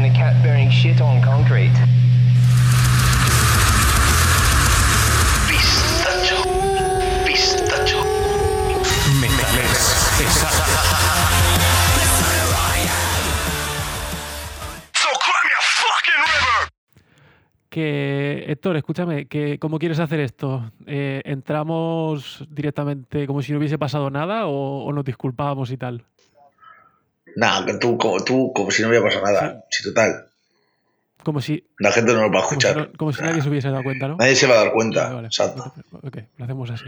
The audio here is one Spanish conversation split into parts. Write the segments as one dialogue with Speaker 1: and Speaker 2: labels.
Speaker 1: make shit on concrete.
Speaker 2: Pistacho. Pistacho.
Speaker 3: Metaleros. Exacto.
Speaker 2: So cry me a fucking river.
Speaker 4: Que, Héctor, escúchame, que, ¿cómo quieres hacer esto? Eh, ¿Entramos directamente como si no hubiese pasado nada o, o nos disculpábamos y tal?
Speaker 5: Nada, que tú como, tú como si no hubiera pasado nada. Si total,
Speaker 4: Como si,
Speaker 5: la gente no nos va a
Speaker 4: como si,
Speaker 5: escuchar.
Speaker 4: no- como si nadie se hubiese dado cuenta, ¿no?
Speaker 5: Nadie se va a dar cuenta.
Speaker 4: Vale, vale.
Speaker 5: Exacto.
Speaker 4: Ok, lo hacemos así.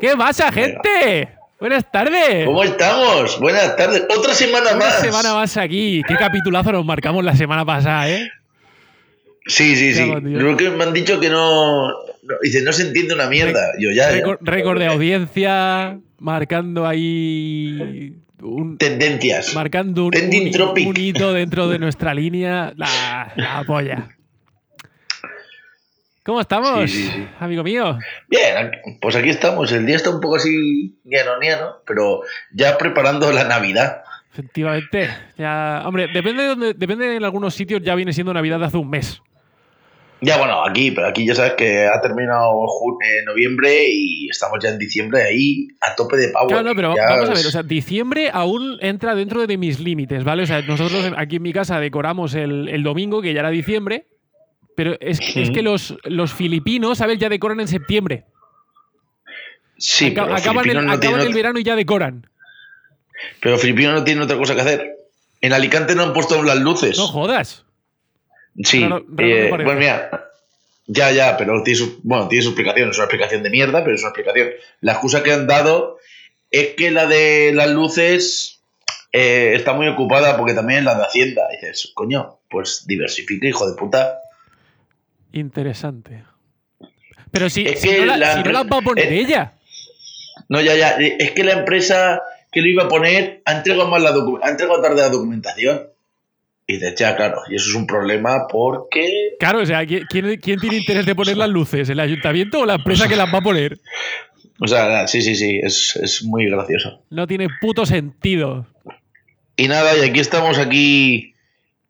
Speaker 4: ¿Qué pasa, gente? Buenas tardes.
Speaker 5: ¿Cómo estamos? Buenas tardes. Otra semana
Speaker 4: Una
Speaker 5: más.
Speaker 4: semana más aquí. Qué capitulazo nos marcamos la semana pasada, ¿eh?
Speaker 5: Sí, sí, sí.
Speaker 4: Ya, tío.
Speaker 5: Creo que me han dicho que no. no- Dice, no se entiende una mierda. Yo ya. ya.
Speaker 4: Récord, récord de audiencia, marcando ahí un,
Speaker 5: Tendencias.
Speaker 4: marcando un,
Speaker 5: Trending
Speaker 4: un-
Speaker 5: topic.
Speaker 4: un hito dentro de nuestra línea. La, la polla. ¿Cómo estamos,
Speaker 5: Sí, sí, sí.
Speaker 4: amigo mío?
Speaker 5: Bien, pues aquí estamos. El día está un poco así ñano, pero ya preparando la Navidad.
Speaker 4: Efectivamente. Ya, hombre, depende de donde- depende en algunos sitios ya viene siendo Navidad de hace un mes.
Speaker 5: Ya bueno, aquí, pero aquí ya sabes que ha terminado ju- eh, noviembre y estamos ya en diciembre ahí a tope de pavo.
Speaker 4: Claro, no, pero
Speaker 5: Oh, Ya
Speaker 4: vamos a ver,
Speaker 5: es-
Speaker 4: o sea, diciembre aún entra dentro de mis límites, ¿vale? O sea, nosotros en- aquí en mi casa decoramos el, el domingo, que ya era diciembre, pero es, es que los, los filipinos, ¿sabes? Ya decoran en septiembre.
Speaker 5: sí,
Speaker 4: Aca-
Speaker 5: pero los
Speaker 4: acaban el,
Speaker 5: filipinos no
Speaker 4: acaban
Speaker 5: tienen
Speaker 4: el
Speaker 5: ot-
Speaker 4: verano y ya decoran.
Speaker 5: pero los filipinos no tienen otra cosa que hacer. En Alicante no han puesto las luces.
Speaker 4: No jodas.
Speaker 5: sí,
Speaker 4: raro- raro me
Speaker 5: eh,
Speaker 4: parece.
Speaker 5: bueno, mira, ya, ya, pero tiene su, bueno, tiene su explicación. Es una explicación de mierda, pero es una explicación. La excusa que han dado es que la de las luces eh, está muy ocupada porque también la de Hacienda. Dices, coño, pues diversifica, hijo de puta.
Speaker 4: Interesante. Pero si,
Speaker 5: Es
Speaker 4: si
Speaker 5: que
Speaker 4: no, la-
Speaker 5: la-
Speaker 4: si no las va a poner
Speaker 5: eh,
Speaker 4: ella.
Speaker 5: No, ya, ya. eh, Es que la empresa que lo iba a poner ha entregado, mal la docu- ha entregado tarde la documentación. Y dices, ya, claro. Y eso es un problema porque.
Speaker 4: Claro, o sea, ¿quién, quién- quién tiene interés de poner las luces? ¿El ayuntamiento o la empresa que las va a poner?
Speaker 5: O sea, nada, sí, sí, sí. Es, es muy gracioso.
Speaker 4: No tiene puto sentido.
Speaker 5: Y nada, y aquí estamos aquí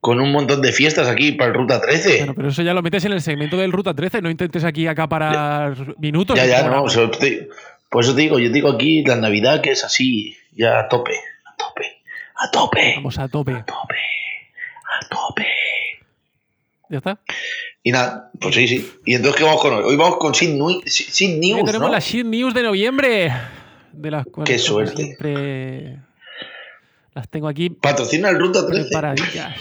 Speaker 5: con un montón de fiestas aquí para el Ruta 13.
Speaker 4: Bueno, pero eso ya lo metes en el segmento del Ruta 13, no intentes aquí acaparar minutos.
Speaker 5: ya,
Speaker 4: del
Speaker 5: ya,
Speaker 4: programa.
Speaker 5: no. o sea, te- por eso te digo, yo digo aquí la Navidad que es así, ya a tope, a tope, a tope,
Speaker 4: Vamos a tope.
Speaker 5: a tope, a tope.
Speaker 4: ¿Ya está?
Speaker 5: Y nada, pues sí, sí. ¿Y entonces qué vamos con hoy? Hoy vamos con Sin, Nui- Sin- Sin
Speaker 4: Ya
Speaker 5: News,
Speaker 4: tenemos
Speaker 5: ¿no?
Speaker 4: las shit news de noviembre. De las cuales
Speaker 5: Qué
Speaker 4: como
Speaker 5: suerte.
Speaker 4: siempre las tengo aquí
Speaker 5: Patrocina el Ruta 13.
Speaker 4: preparadillas.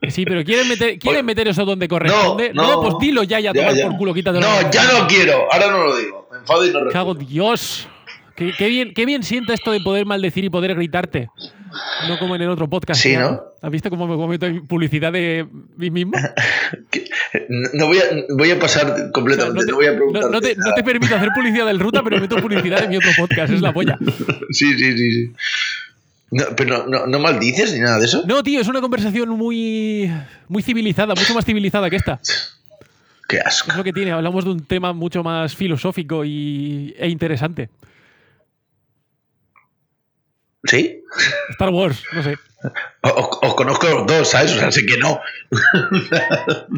Speaker 4: Que Sí, pero ¿quieren meter, ¿quieren meter eso donde corresponde?
Speaker 5: no,
Speaker 4: pues dilo ya, ya,
Speaker 5: Ya,
Speaker 4: tomar
Speaker 5: ya.
Speaker 4: por culo, quítatelo.
Speaker 5: No, ya no quiero. Ahora no lo digo. Me enfado y no
Speaker 4: Cago
Speaker 5: respondo.
Speaker 4: en Dios. Qué, qué bien, qué bien sienta esto de poder maldecir y poder gritarte. No como en el otro podcast.
Speaker 5: Sí,
Speaker 4: que
Speaker 5: ¿no?
Speaker 4: hago. ¿Has visto cómo me cometo publicidad de mí mismo?
Speaker 5: No, no voy, a, voy a pasar
Speaker 4: O sea,
Speaker 5: completamente.
Speaker 4: no,
Speaker 5: No,
Speaker 4: te,
Speaker 5: voy a
Speaker 4: no-
Speaker 5: preguntar.
Speaker 4: no te- no te permito hacer publicidad del ruta, pero meto publicidad de mi otro podcast, es la polla.
Speaker 5: Sí, sí, sí. sí. No, pero no, no, no maldices ni nada de eso.
Speaker 4: No, tío, es una conversación muy, muy civilizada, mucho más civilizada que esta.
Speaker 5: Qué asco.
Speaker 4: Es lo que tiene, hablamos de un tema mucho más filosófico y, e interesante.
Speaker 5: ¿Sí?
Speaker 4: Star Wars, no sé.
Speaker 5: Os, os conozco a los dos, ¿sabes? O sea, sé que no.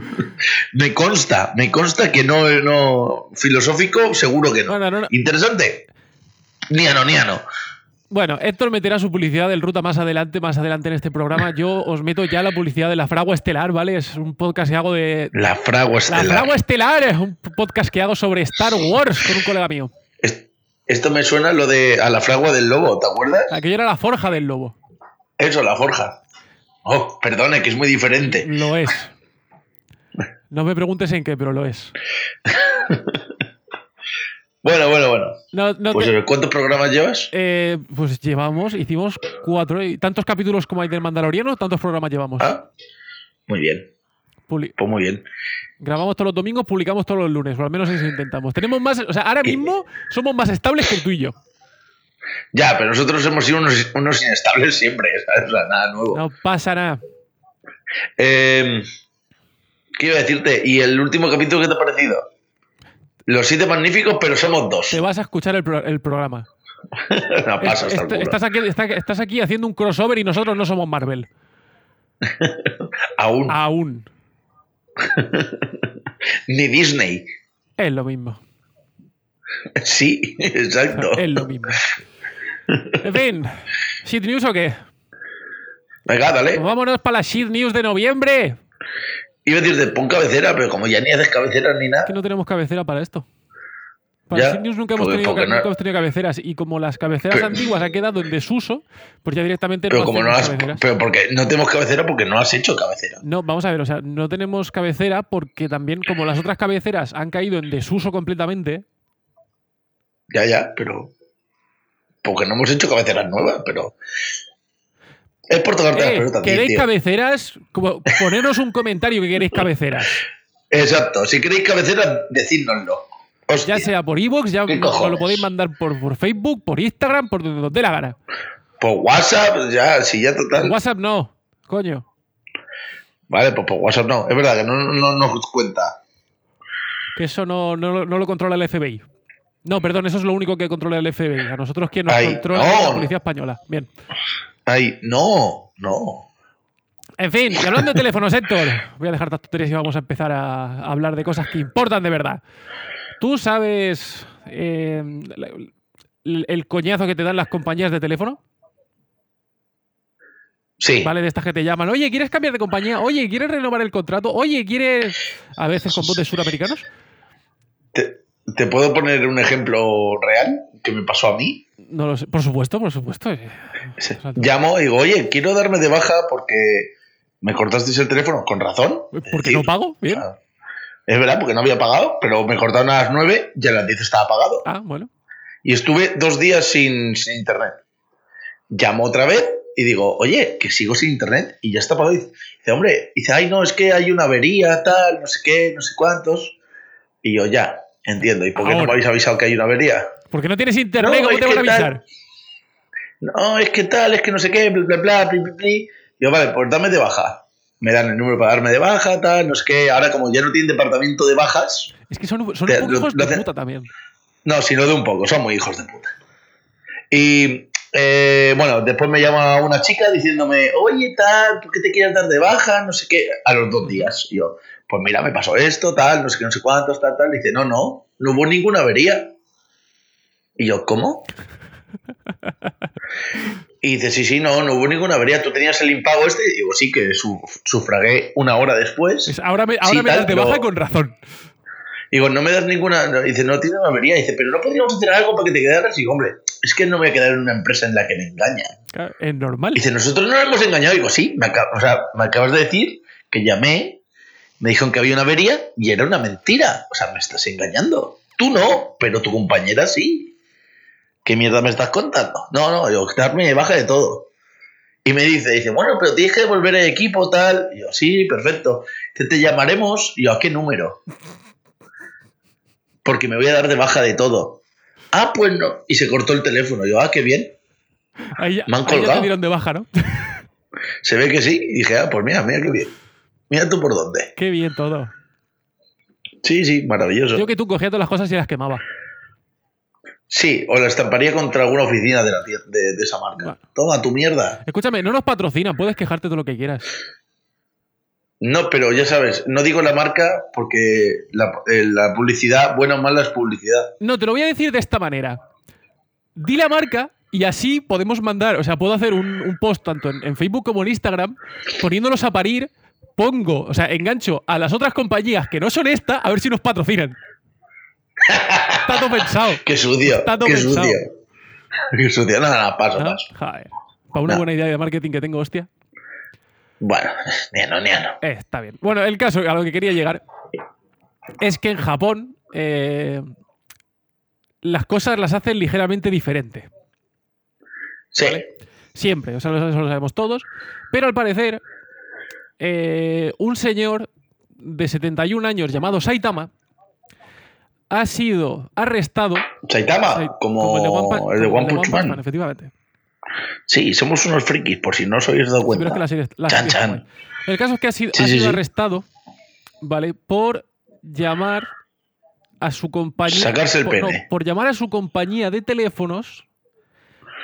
Speaker 5: me consta, me consta que no, no. Filosófico, seguro que no.
Speaker 4: Bueno, no, no.
Speaker 5: Interesante. Niano, niano.
Speaker 4: Bueno, Héctor meterá su publicidad del Ruta más adelante, más adelante en este programa. Yo os meto ya la publicidad de La Fragua Estelar, ¿vale? Es un podcast que hago de...
Speaker 5: La fragua
Speaker 4: La
Speaker 5: estelar.
Speaker 4: Fragua Estelar es un podcast que hago sobre Star Wars con un colega mío.
Speaker 5: Es- Esto me suena lo de a la fragua del lobo, ¿te acuerdas?
Speaker 4: Aquello era la forja del lobo.
Speaker 5: Eso, la forja. Oh, perdone, que es muy diferente.
Speaker 4: Lo es. No me preguntes en qué, pero lo es.
Speaker 5: Bueno, bueno, bueno.
Speaker 4: No, no
Speaker 5: Pues
Speaker 4: te-
Speaker 5: eso, ¿cuántos programas llevas?
Speaker 4: eh, pues llevamos, hicimos cuatro, y tantos capítulos como hay del Mandaloriano, tantos programas llevamos.
Speaker 5: Ah, Muy bien,
Speaker 4: Publi-
Speaker 5: pues muy bien.
Speaker 4: grabamos todos los domingos, publicamos todos los lunes, o al menos eso intentamos. Tenemos más, o sea,
Speaker 5: Eh,
Speaker 4: ahora mismo somos más estables que tú y yo.
Speaker 5: Ya, pero nosotros hemos sido unos, unos inestables siempre, ¿sabes? O sea, nada nuevo.
Speaker 4: No pasa nada.
Speaker 5: Eh, ¿Qué iba a decirte? ¿Y el último capítulo qué te ha parecido? Los siete magníficos, pero somos dos.
Speaker 4: Te Este, vas a escuchar el, pro- el programa.
Speaker 5: no pasa hasta el
Speaker 4: Es- est-
Speaker 5: culo.
Speaker 4: estás, aquí, está- estás aquí haciendo un crossover y nosotros no somos Marvel.
Speaker 5: Aún.
Speaker 4: Aún.
Speaker 5: Ni Disney.
Speaker 4: Es lo mismo.
Speaker 5: Sí, exacto.
Speaker 4: Es lo mismo. En fin, ¿shit news o qué?
Speaker 5: Venga, dale.
Speaker 4: Pues vámonos para la shit news de noviembre.
Speaker 5: Iba a decirte, pon cabecera, pero como ya ni haces cabeceras ni nada.
Speaker 4: Que no tenemos cabecera para esto. Para
Speaker 5: Ya,
Speaker 4: shit news nunca hemos,
Speaker 5: porque-
Speaker 4: tenido,
Speaker 5: porque no-
Speaker 4: nunca hemos tenido cabeceras. Y como las cabeceras
Speaker 5: Pero-
Speaker 4: antiguas han quedado en desuso, pues ya directamente
Speaker 5: Pero
Speaker 4: no
Speaker 5: como no
Speaker 4: hacemos
Speaker 5: has.
Speaker 4: cabeceras.
Speaker 5: Pero porque no tenemos cabecera porque no has hecho cabecera.
Speaker 4: No, vamos a ver, o sea, no tenemos cabecera porque también, como las otras cabeceras han caído en desuso completamente,
Speaker 5: Ya, ya, pero. Porque no hemos hecho cabeceras nuevas, pero. Es por tocarte las
Speaker 4: Eh,
Speaker 5: pelotas, tío.
Speaker 4: ¿Queréis cabeceras? Como, poneros un comentario que queréis cabeceras.
Speaker 5: Exacto. Si queréis cabeceras, decídnoslo. Hostia.
Speaker 4: Pues Ya sea por Evox, ya
Speaker 5: ¿Qué
Speaker 4: nos nos lo
Speaker 5: cojones?
Speaker 4: podéis mandar por, por Facebook, por Instagram, por donde os dé la gana.
Speaker 5: Por WhatsApp, ya, si ya total.
Speaker 4: WhatsApp no, coño.
Speaker 5: Vale, pues por WhatsApp no. Es verdad que no, no, no nos cuenta.
Speaker 4: Que eso no, no, lo- no lo controla el FBI. No, perdón, eso es lo único que controla el FBI. A nosotros quien nos
Speaker 5: Ay,
Speaker 4: controla
Speaker 5: no.
Speaker 4: es la policía española. Bien.
Speaker 5: Ay, no, no.
Speaker 4: En fin, y hablando de teléfonos, Héctor, voy a dejar estas tonterías y vamos a empezar a hablar de cosas que importan de verdad. ¿Tú sabes eh, la- el- el coñazo que te dan las compañías de teléfono?
Speaker 5: Sí.
Speaker 4: ¿vale? De estas que te llaman, oye, ¿quieres cambiar de compañía? Oye, ¿quieres renovar el contrato? Oye, ¿quieres...? A veces con voces suramericanos.
Speaker 5: ¿Te, te puedo poner un ejemplo real que me pasó a mí?
Speaker 4: No lo sé. Por supuesto, por supuesto. eh. Exacto.
Speaker 5: Llamo y digo, oye, quiero darme de baja porque me cortasteis el teléfono, con razón.
Speaker 4: Porque no pago, bien.
Speaker 5: Ah, Es verdad, porque no había pagado, pero me cortaron a las 9 y a las 10 estaba pagado.
Speaker 4: Ah, bueno.
Speaker 5: Y estuve dos días sin, sin internet. Llamo otra vez y digo, oye, que sigo sin internet y ya está pagado. Y dice, hombre, dice, ay, no, es que hay una avería, tal, no sé qué, no sé cuántos. Y yo, ya, entiendo. ¿Y por qué no
Speaker 4: Ahora.
Speaker 5: me habéis avisado que hay una avería?
Speaker 4: Porque no tienes internet,
Speaker 5: No,
Speaker 4: ¿cómo
Speaker 5: es
Speaker 4: te van a
Speaker 5: que tal.
Speaker 4: avisar?
Speaker 5: No, es que tal, es que no sé qué, bla, bla, bla, bli, bli, bli. Yo, vale, pues dame de baja. Me dan el número para darme de baja, tal, no sé qué. Ahora, como ya no tienen departamento de bajas,
Speaker 4: Es que son, un- son
Speaker 5: Te-
Speaker 4: un poco
Speaker 5: lo-
Speaker 4: hijos
Speaker 5: lo
Speaker 4: de
Speaker 5: hace-
Speaker 4: puta también.
Speaker 5: no, sino de un poco, son muy hijos de puta. Y eh, bueno, después me llama una chica diciéndome, oye, tal, ¿por qué te quieres dar de baja? No sé qué, a los dos días. Y yo, pues mira, me pasó esto, tal, no sé qué, no sé cuántos, tal, tal. Y dice, no, no, no hubo ninguna avería. Y yo, ¿cómo? Y dice, sí, sí, no, no hubo ninguna avería. Tú tenías el impago este. Y digo, sí, que su- sufragué una hora después.
Speaker 4: Es, ahora me, ahora
Speaker 5: Sí,
Speaker 4: me das
Speaker 5: tal,
Speaker 4: de
Speaker 5: pero-
Speaker 4: baja con razón.
Speaker 5: Digo, no me das ninguna. no, Dice, no tiene una avería. Dice, pero no podríamos hacer algo para que te quedaras. Digo, hombre, es que no me voy a quedar en una empresa en la que me engañan.
Speaker 4: Claro, Es normal.
Speaker 5: Dice, nosotros no nos hemos engañado. Digo, sí, me, acab- o sea, me acabas de decir que llamé, me dijeron que había una avería y era una mentira. O sea, me estás engañando. Tú no, pero tu compañera sí. ¿Qué mierda me estás contando? No, no, digo, darme de baja de todo. Y me dice, dice, bueno, pero tienes que devolver el equipo, tal. Y yo, sí, perfecto. Te, te llamaremos. Y yo, ¿a qué número? Porque me voy a dar de baja de todo. Ah, pues no. Y se cortó el teléfono. Yo, ah, qué bien.
Speaker 4: Ahí ya,
Speaker 5: me han
Speaker 4: ahí ya te
Speaker 5: colgado.
Speaker 4: dieron de baja, ¿no?
Speaker 5: Se ve que sí. Y dije, ah, pues mira, mira qué bien. Mira tú por dónde.
Speaker 4: Qué bien todo.
Speaker 5: Sí, sí, maravilloso.
Speaker 4: Yo que tú cogías todas las cosas y las quemaba.
Speaker 5: Sí, o la estamparía contra alguna oficina de, la tie- de, de esa marca.
Speaker 4: Bueno.
Speaker 5: Toma tu mierda.
Speaker 4: Escúchame, no nos patrocinan, puedes quejarte todo lo que quieras.
Speaker 5: No, pero ya sabes, no digo la marca porque la, eh, la publicidad, buena o mala, es publicidad.
Speaker 4: No, te lo voy a decir de esta manera. Di la marca y así podemos mandar, o sea, puedo hacer un, un post tanto en, en Facebook como en Instagram poniéndolos a parir. Pongo, o sea, engancho a las otras compañías que no son esta a ver si nos patrocinan. Está todo pensado.
Speaker 5: Qué sucio.
Speaker 4: Está todo
Speaker 5: Qué
Speaker 4: pensado.
Speaker 5: sucio. Qué sucio. Nada, nada, paso,
Speaker 4: ¿no?
Speaker 5: paso.
Speaker 4: Joder. Para una
Speaker 5: No.
Speaker 4: buena idea de marketing que tengo, hostia.
Speaker 5: Bueno, niano, niano.
Speaker 4: Eh, está bien. Bueno, el caso a lo que quería llegar es que en Japón eh, las cosas las hacen ligeramente diferente.
Speaker 5: Sí.
Speaker 4: Siempre, o sea, eso eso lo sabemos todos. Pero al parecer, eh, un señor de 71 años llamado Saitama ha sido arrestado.
Speaker 5: Saitama,
Speaker 4: Sai-
Speaker 5: Ah, como,
Speaker 4: Pu-
Speaker 5: el de
Speaker 4: como
Speaker 5: One Punch Man.
Speaker 4: efectivamente.
Speaker 5: Sí, somos unos frikis, por si no os habéis dado
Speaker 4: Sí, pero
Speaker 5: cuenta.
Speaker 4: es que la serie- la
Speaker 5: Pues Chan,
Speaker 4: serie está
Speaker 5: chan.
Speaker 4: guay. El caso es que ha sido,
Speaker 5: Sí,
Speaker 4: ha
Speaker 5: sí,
Speaker 4: sido
Speaker 5: sí.
Speaker 4: arrestado, ¿vale? Por llamar a su compañía.
Speaker 5: Sacarse el
Speaker 4: por- no,
Speaker 5: pene.
Speaker 4: por llamar a su compañía de teléfonos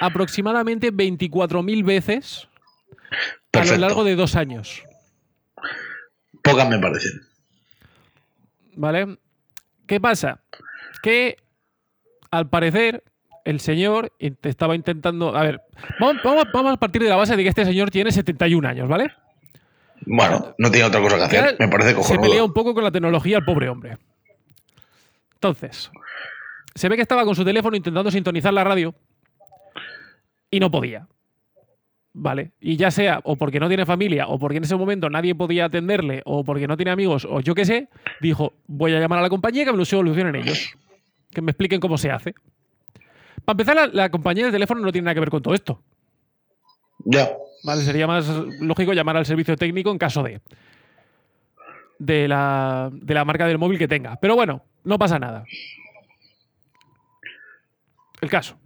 Speaker 4: aproximadamente 24.000 veces a
Speaker 5: Perfecto.
Speaker 4: lo largo de dos años.
Speaker 5: Pocas me parecen.
Speaker 4: ¿Vale? ¿Qué pasa? Que al parecer el señor int- estaba intentando. A ver, vamos, vamos- vamos a partir de la base de que este señor tiene 71 años, ¿vale?
Speaker 5: Bueno, no tiene otra cosa que hacer.
Speaker 4: Claro,
Speaker 5: Me parece
Speaker 4: Se pelea un
Speaker 5: cojonudo.
Speaker 4: poco con la tecnología el pobre hombre. Entonces, se ve que estaba con su teléfono intentando sintonizar la radio y no podía. Vale, y ya sea o porque no tiene familia, o porque en ese momento nadie podía atenderle, o porque no tiene amigos, o yo qué sé, dijo, voy a llamar a la compañía que me lo solucionen ellos. Que me expliquen cómo se hace. Para empezar, la, la compañía de teléfono no tiene nada que ver con todo esto.
Speaker 5: Ya.
Speaker 4: Vale, sería más lógico llamar al servicio técnico en caso de. De la, de la marca del móvil que tenga. Pero bueno, no pasa nada. El caso.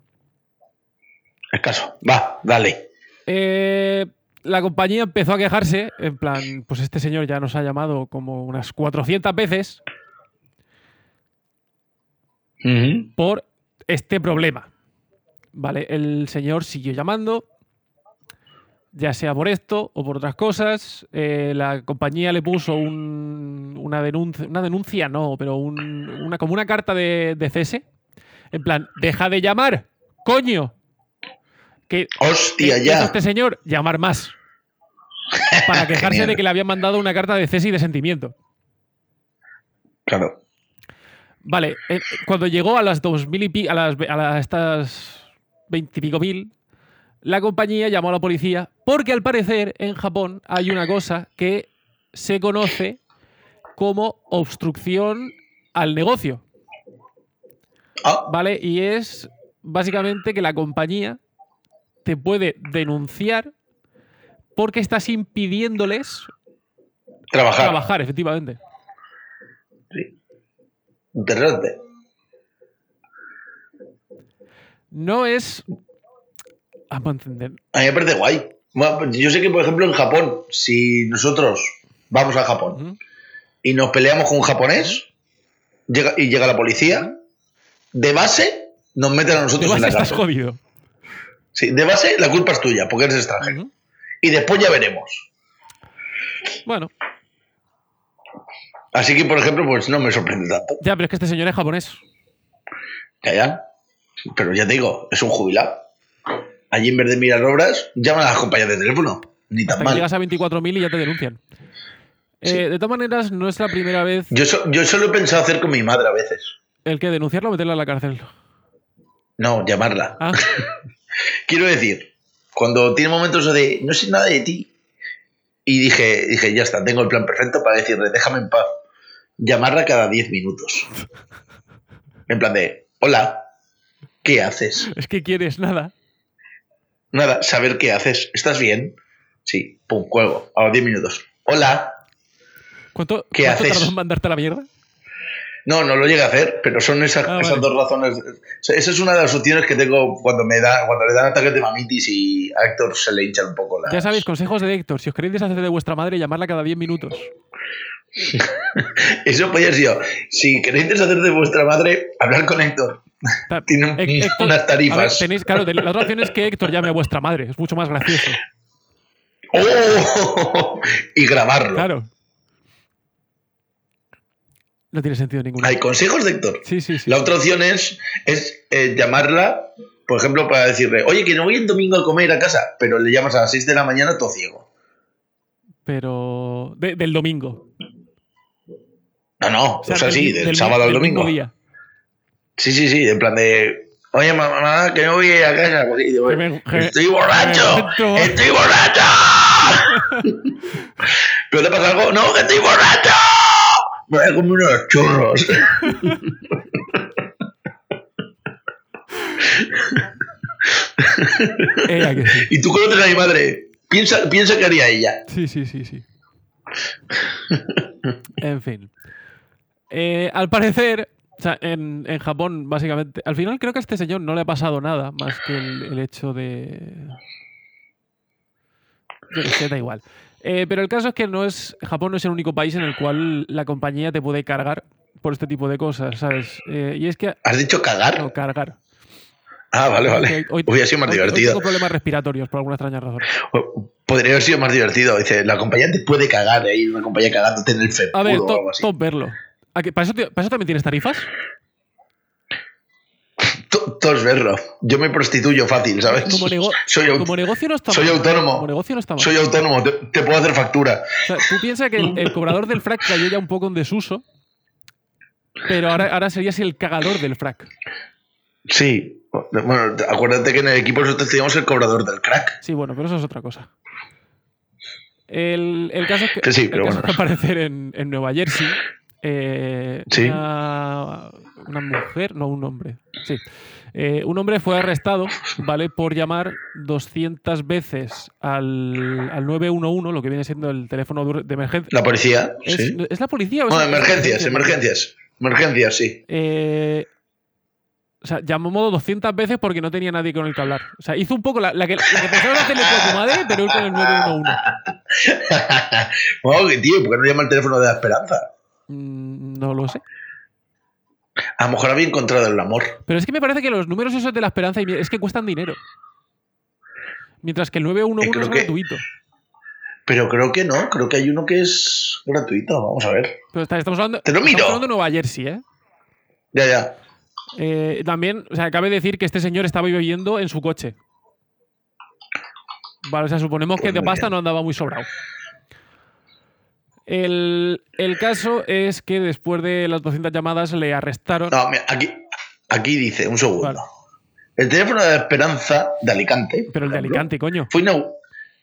Speaker 5: Escaso. Va, dale.
Speaker 4: Eh, la compañía empezó a quejarse, en plan, pues este señor ya nos ha llamado como unas 400 veces
Speaker 5: Ujú.
Speaker 4: por este problema. Vale, el señor siguió llamando, ya sea por esto o por otras cosas. Eh, la compañía le puso un- una denuncia, una denuncia no, pero un- una, como una carta de, de cese. En plan, deja de llamar, coño. Que
Speaker 5: Hostia,
Speaker 4: que hizo
Speaker 5: ya.
Speaker 4: este señor llamar más. Para quejarse de
Speaker 5: Genial.
Speaker 4: que le habían mandado una carta de cese y de sentimiento.
Speaker 5: Claro.
Speaker 4: Vale, eh, cuando llegó a las 2.000 y pico, a, las, ve- a las- estas 20 y pico mil, la compañía llamó a la policía porque al parecer en Japón hay una cosa que se conoce como obstrucción al negocio,
Speaker 5: Ah,
Speaker 4: ¿vale? Y es básicamente que la compañía te puede denunciar porque estás impidiéndoles
Speaker 5: trabajar.
Speaker 4: trabajar, efectivamente.
Speaker 5: Interesante.
Speaker 4: No es... A mi entender,
Speaker 5: A mí me parece guay. Bueno, Yo sé que, por ejemplo, en Japón, si nosotros vamos a Japón
Speaker 4: Ujú.
Speaker 5: y nos peleamos con un japonés llega, y llega la policía, de base nos meten a
Speaker 4: Te
Speaker 5: nosotros
Speaker 4: vas
Speaker 5: en la
Speaker 4: estás
Speaker 5: cárcel.
Speaker 4: jodido.
Speaker 5: Sí, de base la culpa es tuya porque eres extranjero.
Speaker 4: Ujú.
Speaker 5: Y después ya veremos.
Speaker 4: Bueno,
Speaker 5: Así que, por ejemplo, pues no me sorprende tanto.
Speaker 4: ya, pero es que este señor es japonés.
Speaker 5: Ya, ya. Pero ya te digo, es un jubilado. Allí en vez de mirar obras, llaman a las compañías de teléfono. Ni tan
Speaker 4: Hasta que
Speaker 5: mal.
Speaker 4: llegas a 24.000 y ya te denuncian. Eh,
Speaker 5: Sí.
Speaker 4: de todas maneras, no es la primera vez
Speaker 5: Yo, so- yo solo he pensado hacer con mi madre a veces.
Speaker 4: el que denunciarlo o meterlo a la cárcel.
Speaker 5: No, llamarla.
Speaker 4: Ah,
Speaker 5: Quiero decir, cuando tiene momentos de no sé nada de ti, y dije, dije, ya está, tengo el plan perfecto para decirle, déjame en paz. Llamarla cada 10 minutos. En plan de, hola, ¿qué haces?
Speaker 4: es que quieres nada.
Speaker 5: Nada, saber qué haces. ¿Estás bien? Sí, pum, juego. A los 10 minutos. Hola.
Speaker 4: ¿Cuánto,
Speaker 5: ¿Qué
Speaker 4: cuánto
Speaker 5: haces?
Speaker 4: tardó en mandarte a la mierda?
Speaker 5: No, no lo llega a hacer, pero son esas,
Speaker 4: Ah,
Speaker 5: esas
Speaker 4: vale.
Speaker 5: dos razones. O sea, esa es una de las opciones que tengo cuando me da, cuando le dan ataques de mamitis y a Héctor se le hincha un poco la.
Speaker 4: Ya sabéis, consejos de Héctor. Si os queréis deshacer de vuestra madre, llamarla cada 10 minutos.
Speaker 5: Eso podría ser yo. Si queréis deshacer de vuestra madre, hablar con Héctor.
Speaker 4: Ta-
Speaker 5: Tiene un-
Speaker 4: Hé-
Speaker 5: Mm, unas tarifas.
Speaker 4: a ver, tenéis, claro, ten- la otra opción es que Héctor llame a vuestra madre. Es mucho más gracioso.
Speaker 5: ¡Oh! Y grabarlo.
Speaker 4: Claro. No tiene sentido ninguno.
Speaker 5: Hay consejos de Héctor.
Speaker 4: Sí, sí, sí.
Speaker 5: La otra opción es, es eh, llamarla, por ejemplo, para decirle, oye, que no voy el domingo a comer a casa, pero le llamas a las 6 de la mañana todo ciego.
Speaker 4: Pero. de- del domingo.
Speaker 5: No, no, o sea,
Speaker 4: del-
Speaker 5: sí, del,
Speaker 4: del-
Speaker 5: sábado al
Speaker 4: del mismo
Speaker 5: domingo.
Speaker 4: día.
Speaker 5: Sí, sí, sí, en plan de. Oye, mamá, que no voy a ir a casa. Pues, y digo,
Speaker 4: Que me- que-
Speaker 5: estoy borracho.
Speaker 4: que me-
Speaker 5: Estoy borracho. ¿Pero te pasa algo? No, que estoy borracho. Me voy a comer unos churros.
Speaker 4: Era que sí.
Speaker 5: Y tú conoces a mi madre. Piensa, piensa que haría ella.
Speaker 4: Sí, sí, sí, sí. En fin. Eh, al parecer, o sea, en, en Japón, básicamente. Al final creo que a este señor no le ha pasado nada más que el, el hecho de. Yo qué sé, da igual. Eh, pero el caso es que no es. Japón no es el único país en el cual la compañía te puede cargar por este tipo de cosas, ¿sabes? Eh, y es que.
Speaker 5: ¿Has dicho cagar?
Speaker 4: No, cargar.
Speaker 5: Ah, vale, vale.
Speaker 4: Hoy- hoy-
Speaker 5: Hubiera sido más
Speaker 4: hoy- hoy
Speaker 5: divertido.
Speaker 4: tengo problemas respiratorios por alguna extraña razón.
Speaker 5: Podría haber sido más divertido. Dice, la acompañante puede cagar ahí, una compañía cagándote en el femur
Speaker 4: A ver,
Speaker 5: o
Speaker 4: top,
Speaker 5: algo así.
Speaker 4: top verlo. ¿A que- ¿Para eso, te- para eso también tienes tarifas?
Speaker 5: To- Todos verlo. Yo me prostituyo fácil, ¿sabes?
Speaker 4: Como, nego-
Speaker 5: soy, au-
Speaker 4: como negocio no está
Speaker 5: soy
Speaker 4: mal.
Speaker 5: autónomo.
Speaker 4: Como negocio no está mal.
Speaker 5: soy autónomo, te, te puedo hacer factura.
Speaker 4: O sea, tú piensas que el, el cobrador del frac cayó ya un poco en desuso, pero ahora, ahora serías el cagador del frac.
Speaker 5: Sí. Bueno, acuérdate que en el equipo nosotros teníamos el cobrador del crack.
Speaker 4: Sí, bueno, pero eso es otra cosa. El, el caso es que,
Speaker 5: Que sí,
Speaker 4: el
Speaker 5: pero
Speaker 4: caso
Speaker 5: bueno.
Speaker 4: es que al parecer en, en Nueva Jersey, eh,
Speaker 5: Sí.
Speaker 4: una, una mujer, no un hombre, sí, eh, un hombre fue arrestado, ¿vale? Por llamar 200 veces al, al 911, lo que viene siendo el teléfono dur- de emergencia.
Speaker 5: La policía.
Speaker 4: ¿Es,
Speaker 5: sí.
Speaker 4: ¿es la policía o es
Speaker 5: Bueno,
Speaker 4: es la
Speaker 5: emergencias, emergencias. Emergencias, sí.
Speaker 4: Eh, o sea, llamó 200 veces porque no tenía nadie con el que hablar. O sea, hizo un poco la, la que, la que pensaron hacerle con tu madre, pero él con el 911.
Speaker 5: Wow, tío, ¿por qué no llama el teléfono de la esperanza?
Speaker 4: Mm, No lo sé.
Speaker 5: A lo mejor había encontrado el amor.
Speaker 4: Pero es que me parece que los números esos de la esperanza y mi- es que cuestan dinero. Mientras que el 911
Speaker 5: Eh, creo
Speaker 4: es
Speaker 5: que-
Speaker 4: gratuito.
Speaker 5: Pero creo que no, creo que hay uno que es gratuito. Vamos a ver.
Speaker 4: Pero está- estamos hablando,
Speaker 5: ¡Te lo
Speaker 4: estamos
Speaker 5: miro!
Speaker 4: hablando de Nueva Jersey, ¿eh?
Speaker 5: Ya, ya.
Speaker 4: Eh, También, o sea, cabe decir que este señor estaba viviendo en su coche. Vale, o sea, suponemos que
Speaker 5: Pues
Speaker 4: de
Speaker 5: muy
Speaker 4: pasta
Speaker 5: bien.
Speaker 4: no andaba muy sobrado. El, el caso es que después de las 200 llamadas le arrestaron.
Speaker 5: No, mira, aquí, aquí dice, un segundo.
Speaker 4: Vale.
Speaker 5: El teléfono de la esperanza de Alicante.
Speaker 4: Pero el de Alicante, coño.
Speaker 5: Fue inau-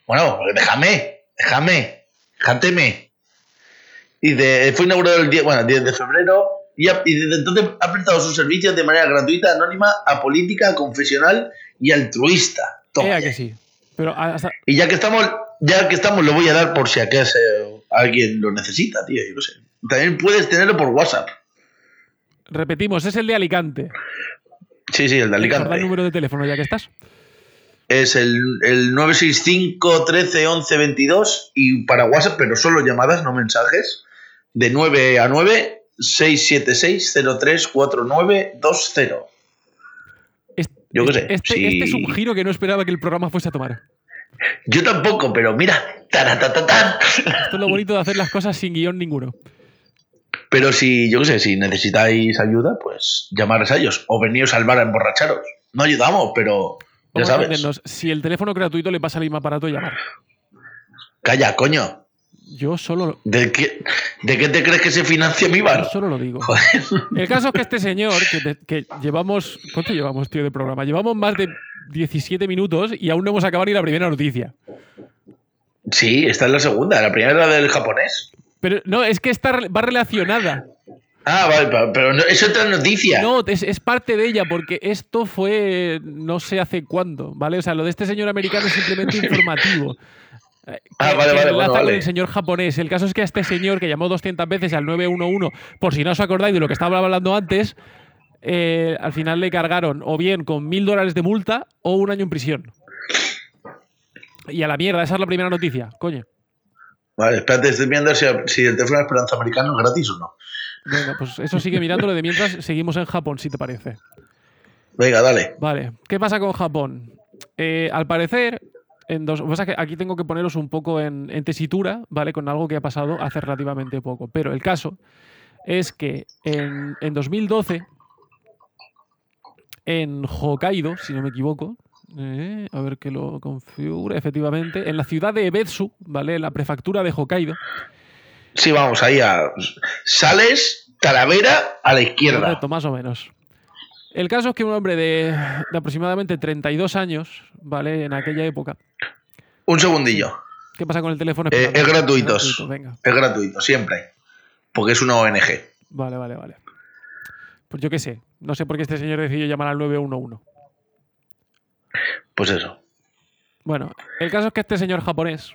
Speaker 5: Bueno, déjame, déjame, déjateme. Y de- fue inaugurado el 10, bueno, el 10 de febrero y, ha- y desde entonces ha prestado sus servicios de manera gratuita, anónima, apolítica, confesional y altruista. Toma
Speaker 4: Ea
Speaker 5: ya.
Speaker 4: que sí. Pero hasta,
Speaker 5: Y ya que estamos, ya que estamos, lo voy a dar por si acaso alguien lo necesita, tío. Yo qué sé. También puedes tenerlo por WhatsApp.
Speaker 4: repetimos, es el de Alicante.
Speaker 5: Sí, sí, el de
Speaker 4: Recordad
Speaker 5: Alicante.
Speaker 4: el número de teléfono ya que estás.
Speaker 5: Es el, el 965 13 11 22 y para WhatsApp, pero solo llamadas, no mensajes. De 9 a 9 676 034920.
Speaker 4: Es-
Speaker 5: Yo qué sé,
Speaker 4: Este,
Speaker 5: si-
Speaker 4: este es un giro que no esperaba que el programa fuese a tomar.
Speaker 5: Yo tampoco, pero mira, taratatatán.
Speaker 4: Esto es lo bonito de hacer las cosas sin guión ninguno.
Speaker 5: Pero si, yo qué sé, si necesitáis ayuda, pues llamaros a ellos o veníos al bar a emborracharos. No ayudamos, pero ya
Speaker 4: Vamos a
Speaker 5: sabes.
Speaker 4: entendernos, Si el teléfono gratuito le pasa al mismo aparato llamar.
Speaker 5: Calla, coño.
Speaker 4: Yo solo,
Speaker 5: ¿De qué, ¿De qué te crees que se financia mi
Speaker 4: yo
Speaker 5: bar?
Speaker 4: solo lo digo.
Speaker 5: Joder.
Speaker 4: El caso es que este señor, que, te- que llevamos. ¿Cuánto llevamos, tío, de programa? Llevamos más de 17 minutos y aún no hemos acabado ni la primera noticia.
Speaker 5: Sí, esta es la segunda. La primera era del japonés.
Speaker 4: Pero no, es que esta re- va relacionada.
Speaker 5: Ah, vale, pa- pero no- es otra noticia.
Speaker 4: No, es, es parte de ella, porque esto fue no sé hace cuándo, ¿vale? O sea, lo de este señor americano es simplemente informativo. Eh,
Speaker 5: Ah,
Speaker 4: que-
Speaker 5: vale,
Speaker 4: que
Speaker 5: vale,
Speaker 4: enlaza
Speaker 5: bueno,
Speaker 4: con
Speaker 5: vale.
Speaker 4: el señor japonés. El caso es que a este señor que llamó 200 veces al 911, por si no os acordáis de lo que estaba hablando antes, eh, al final le cargaron o bien con mil dólares de multa o un año en prisión. Y a la mierda, esa es la primera noticia, coño.
Speaker 5: Vale, espérate, estoy viendo si, si el teléfono de Esperanza Americano es gratis o no.
Speaker 4: Venga, pues eso sigue mirándolo de mientras seguimos en Japón, si te parece.
Speaker 5: Venga, dale.
Speaker 4: Vale, ¿qué pasa con Japón? Eh, al parecer, en dos, pasa que aquí tengo que poneros un poco en, en tesitura, ¿vale? Con algo que ha pasado hace relativamente poco. Pero el caso es que en, en 2012, en Hokkaido, si no me equivoco, eh, a ver que lo configure, efectivamente, en la ciudad de Ebetsu, ¿vale? En la prefectura de Hokkaido,
Speaker 5: Sí, vamos, ahí a. Sales, Talavera, a la izquierda.
Speaker 4: Correcto, más o menos. El caso es que un hombre de, de aproximadamente 32 años, ¿vale? En aquella época,
Speaker 5: Un segundillo.
Speaker 4: ¿Qué pasa con el teléfono?
Speaker 5: Eh,
Speaker 4: Espera,
Speaker 5: es
Speaker 4: no,
Speaker 5: gratuitos.
Speaker 4: gratuito, venga,
Speaker 5: Es gratuito, siempre. Porque es una ONG.
Speaker 4: vale, vale, vale. Pues yo qué sé. No sé por qué este señor decidió llamar al 911.
Speaker 5: Pues eso.
Speaker 4: Bueno, el caso es que este señor japonés,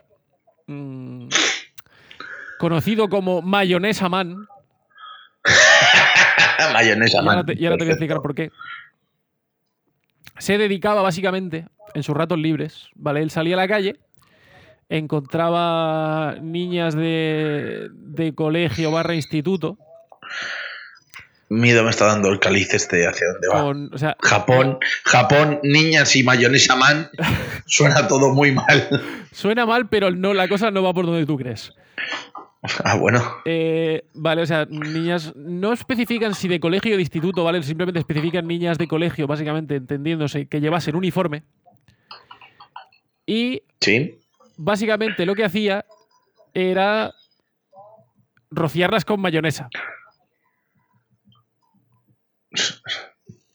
Speaker 4: mm, conocido como Mayonesa Man,
Speaker 5: Mayonesa,
Speaker 4: y ahora,
Speaker 5: man.
Speaker 4: te, y ahora te voy a explicar
Speaker 5: Perfecto.
Speaker 4: por qué, se dedicaba básicamente en sus ratos libres, ¿vale? Él salía a la calle, encontraba niñas de, de colegio barra instituto,
Speaker 5: Miedo me está dando el cáliz este hacia dónde va.
Speaker 4: Con, o sea,
Speaker 5: Japón, Japón, niñas y mayonesa man. Suena todo muy mal.
Speaker 4: suena mal, pero no, la cosa no va por donde tú crees.
Speaker 5: Ah, bueno.
Speaker 4: Eh, vale, o sea, niñas no especifican si de colegio o de instituto, ¿vale? Simplemente especifican niñas de colegio, básicamente entendiéndose que llevasen uniforme. Y
Speaker 5: Sí.
Speaker 4: básicamente lo que hacía era rociarlas con mayonesa.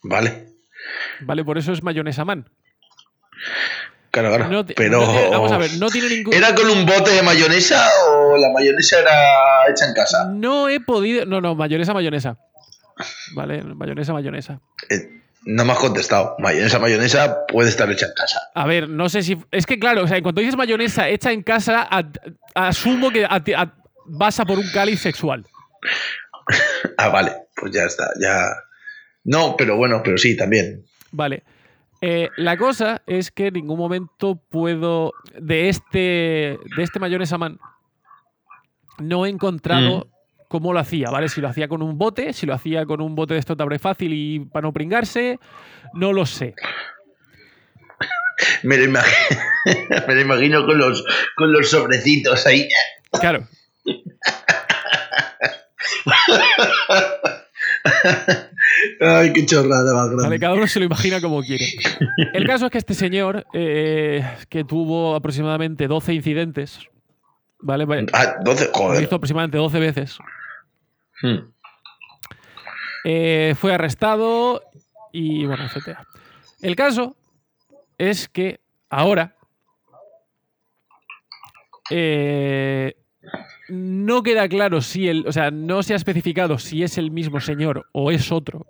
Speaker 5: Vale.
Speaker 4: ¿Vale? Por eso es mayonesa man.
Speaker 5: Claro, claro.
Speaker 4: No te-
Speaker 5: pero.
Speaker 4: no tiene- vamos a ver, no tiene ningún.
Speaker 5: ¿Era con un bote de mayonesa o la mayonesa era hecha en casa?
Speaker 4: No he podido. No, no, mayonesa, mayonesa. Vale, mayonesa, mayonesa.
Speaker 5: Eh, no me has contestado. Mayonesa, mayonesa puede estar hecha en casa.
Speaker 4: A ver, no sé si. Es que claro, o sea, en cuanto dices mayonesa hecha en casa, a- asumo que a- a- vas a por un cáliz sexual.
Speaker 5: Ah, vale. Pues ya está, ya. No, pero bueno, pero sí, también.
Speaker 4: Vale. Eh, la cosa es que en ningún momento puedo. De este. De este mayonesa man. No he encontrado cómo lo hacía, ¿vale? Si lo hacía con un bote, si lo hacía con un bote de esto te abre fácil y para no pringarse. No lo sé.
Speaker 5: Me lo imagino, me lo imagino con, los, con los sobrecitos ahí.
Speaker 4: Claro.
Speaker 5: Ay, qué chorrada más grande.
Speaker 4: Vale, cada uno se lo imagina como quiere. El caso es que este señor, eh, que tuvo aproximadamente 12 incidentes, ¿vale? Vaya,
Speaker 5: Ah, 12,
Speaker 4: Lo
Speaker 5: joder.
Speaker 4: hizo aproximadamente 12 veces.
Speaker 5: Hmm.
Speaker 4: eh, fue arrestado y bueno, etcétera. El caso es que ahora eh, no queda claro si el, o sea, no se ha especificado si es el mismo señor o es otro.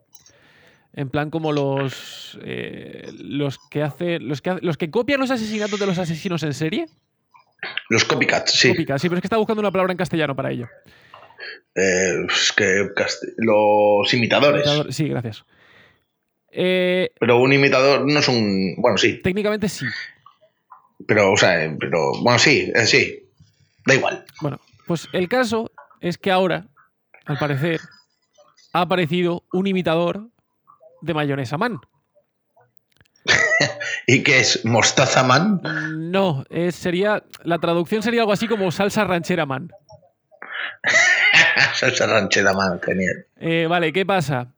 Speaker 4: En plan como los eh, los que hace los que hace- los que copian los asesinatos de los asesinos en serie.
Speaker 5: Los copycats, sí.
Speaker 4: Copycat, sí, pero es que está buscando una palabra en castellano para ello.
Speaker 5: Eh, es que cast- los imitadores.
Speaker 4: Imitador- Sí, gracias. Eh,
Speaker 5: Pero un imitador no es un. Bueno, sí.
Speaker 4: técnicamente sí.
Speaker 5: Pero, o sea, eh, pero. Bueno, sí, eh, sí. Da igual.
Speaker 4: Bueno, pues el caso es que ahora, al parecer, ha aparecido un imitador de mayonesa man.
Speaker 5: ¿Y qué es? ¿Mostaza man?
Speaker 4: No, es- sería. La traducción sería algo así como salsa ranchera man.
Speaker 5: Salsa ranchera man, genial.
Speaker 4: Eh, vale, ¿qué pasa?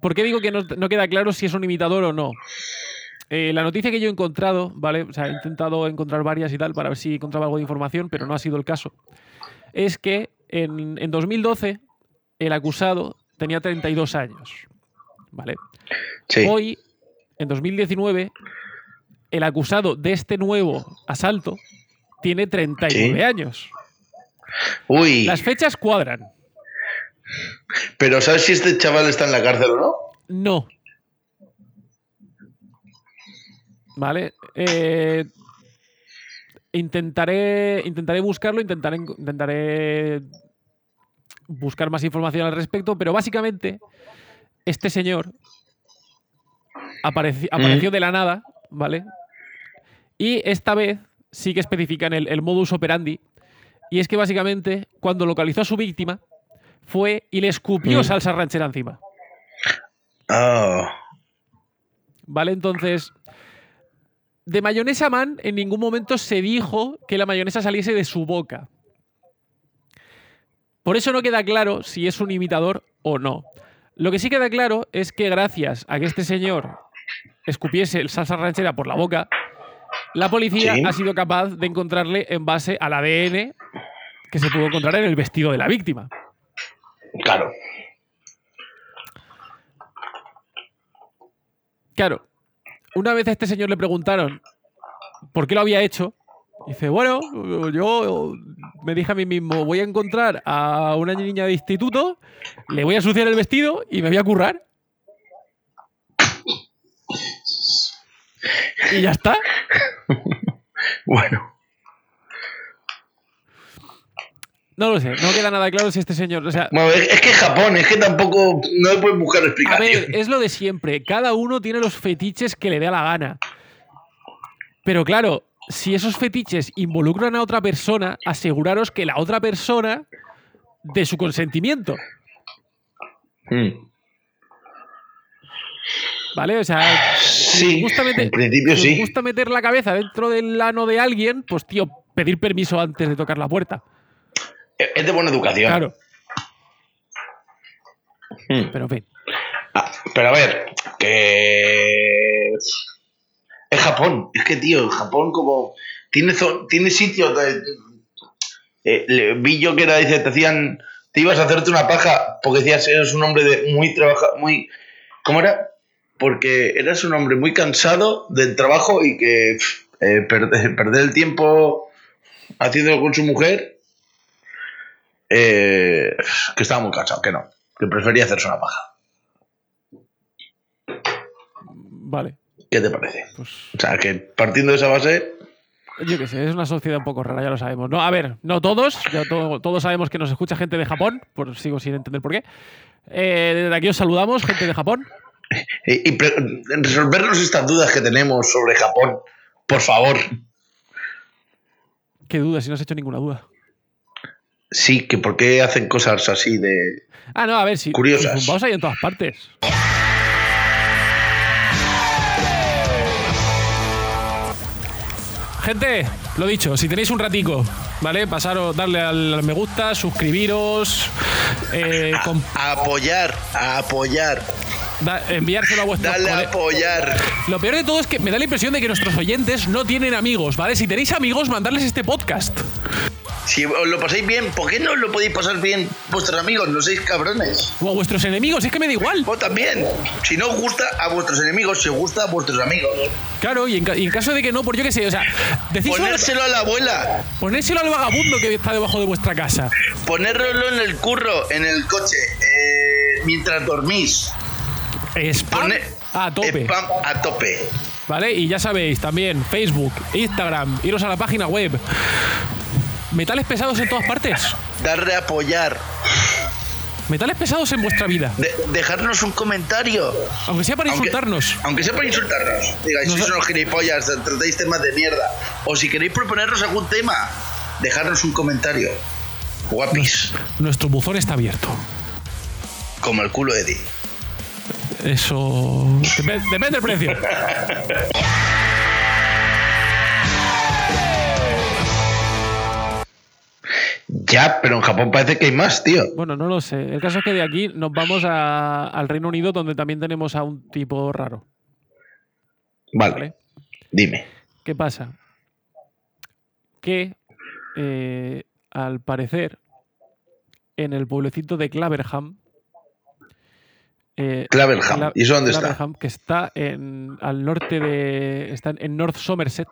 Speaker 4: ¿Por qué digo que no, no queda claro si es un imitador o no? Eh, la noticia que yo he encontrado, ¿vale? O sea, he intentado encontrar varias y tal para ver si encontraba algo de información, pero no ha sido el caso. Es que en, en 2012 el acusado tenía 32 años, ¿vale?
Speaker 5: Sí.
Speaker 4: Hoy, en 2019, el acusado de este nuevo asalto tiene 39
Speaker 5: Sí.
Speaker 4: años.
Speaker 5: Uy,
Speaker 4: Las fechas cuadran.
Speaker 5: pero ¿sabes si este chaval está en la cárcel o no?
Speaker 4: No. Vale. eh, intentaré, intentaré buscarlo, intentaré, intentaré buscar más información al respecto, pero básicamente este señor apareci- apareció de la nada, ¿vale? Y esta vez sí que especifican el, el modus operandi. Y es que básicamente cuando localizó a su víctima fue y le escupió
Speaker 5: Mm.
Speaker 4: salsa ranchera encima.
Speaker 5: Ah,
Speaker 4: ¿Vale? Entonces, de mayonesa man en ningún momento se dijo que la mayonesa saliese de su boca. Por eso no queda claro si es un imitador o no. Lo que sí queda claro es que gracias a que este señor escupiese el salsa ranchera por la boca, la policía
Speaker 5: Sí.
Speaker 4: ha sido capaz de encontrarle en base al ADN que se pudo encontrar en el vestido de la víctima.
Speaker 5: claro.
Speaker 4: Claro, una vez a este señor le preguntaron por qué lo había hecho, dice, bueno, yo me dije a mí mismo, voy a encontrar a una niña de instituto, le voy a ensuciar el vestido y me voy a currar. Y ya está.
Speaker 5: Bueno,
Speaker 4: No lo sé, no queda nada claro si este señor, o sea,
Speaker 5: bueno es, es que Japón, es que tampoco. No le puedes buscar
Speaker 4: a
Speaker 5: explicación.
Speaker 4: ver, es lo de siempre, cada uno tiene los fetiches que le dé la gana. Pero claro, si esos fetiches involucran a otra persona, aseguraros que la otra persona de su consentimiento.
Speaker 5: Mm.
Speaker 4: ¿Vale? O sea, si os
Speaker 5: Sí,
Speaker 4: gusta meter-
Speaker 5: en principio
Speaker 4: si os
Speaker 5: sí.
Speaker 4: gusta meter la cabeza dentro del ano de alguien, pues tío, pedir permiso antes de tocar la puerta.
Speaker 5: Es es de buena educación.
Speaker 4: Claro,
Speaker 5: Mm.
Speaker 4: pero en fin.
Speaker 5: Ah, pero a ver, que. Es Japón. Es que, tío, en Japón como. Tiene, zo- tiene sitios. de- Eh, le- vi yo que era, dice, te hacían. Te ibas a hacerte una paja porque decías, eres un hombre de muy trabaja muy. ¿Cómo era? Porque eras un hombre muy cansado del trabajo y que pf, eh, perder, perder el tiempo haciéndolo con su mujer. eh, que estaba muy cansado, que no. Que prefería hacerse una paja.
Speaker 4: Vale,
Speaker 5: ¿Qué te parece?
Speaker 4: pues
Speaker 5: O sea, que partiendo de esa base,
Speaker 4: yo qué sé, es una sociedad un poco rara, ya lo sabemos. No, a ver, no todos, ya to- todos sabemos que nos escucha gente de Japón, por, sigo sin entender por qué. Eh, desde aquí os saludamos, gente de Japón.
Speaker 5: y, y pre- resolvernos estas dudas que tenemos sobre Japón, por favor.
Speaker 4: Qué duda, si no has hecho ninguna duda.
Speaker 5: Sí, que por qué hacen cosas así de...
Speaker 4: Ah, no, a ver, si.
Speaker 5: Curiosas.
Speaker 4: si zumbaos ahí en todas partes. Gente, lo dicho, si tenéis un ratico, ¿vale? Pasaros, darle al me gusta, suscribiros, eh, com-
Speaker 5: A apoyar, a apoyar,
Speaker 4: da- enviárselo a vuestros
Speaker 5: dale a
Speaker 4: cole-
Speaker 5: apoyar.
Speaker 4: Lo peor de todo es que me da la impresión de que nuestros oyentes no tienen amigos, ¿vale? Si tenéis amigos, mandarles este podcast.
Speaker 5: Si os lo pasáis bien, ¿por qué no os lo podéis pasar bien vuestros amigos? No seis cabrones.
Speaker 4: O a vuestros enemigos, es que me da igual.
Speaker 5: Vos también. Si no os gusta a vuestros enemigos, si os gusta a vuestros amigos.
Speaker 4: Claro, y en, ca- y en caso de que no, pues yo qué sé, o sea, decís
Speaker 5: Ponérselo a la abuela.
Speaker 4: Ponérselo al vagabundo que está debajo de vuestra casa.
Speaker 5: Ponéroslo en el curro, en el coche, eh, mientras dormís.
Speaker 4: Spam
Speaker 5: Pone-
Speaker 4: a tope.
Speaker 5: Spam a tope.
Speaker 4: ¿Vale? Y ya sabéis, también Facebook, Instagram, iros a la página web. Metales pesados en todas partes.
Speaker 5: darle a apoyar,
Speaker 4: Metales pesados en vuestra vida.
Speaker 5: de- dejarnos un comentario.
Speaker 4: Aunque sea para
Speaker 5: Aunque-
Speaker 4: insultarnos.
Speaker 5: Aunque sea para insultarnos. Digáis,
Speaker 4: Nos-
Speaker 5: sois unos gilipollas, tratáis temas de mierda. O si queréis proponernos algún tema, dejarnos un comentario. Guapis,
Speaker 4: Nuestro buzón está abierto.
Speaker 5: como el culo de Eddie.
Speaker 4: Eso. Dep- depende del precio.
Speaker 5: Ya, pero en Japón parece que hay más, tío.
Speaker 4: Bueno, no lo sé. El caso es que de aquí nos vamos a- al Reino Unido, donde también tenemos a un tipo raro.
Speaker 5: Vale,
Speaker 4: ¿Vale?
Speaker 5: dime.
Speaker 4: ¿Qué pasa? Que eh, al parecer en el pueblecito de Claverham. eh,
Speaker 5: Claverham.
Speaker 4: Cla-
Speaker 5: ¿Y eso dónde está?
Speaker 4: Claverham, que está en, al norte de. Está en North Somerset.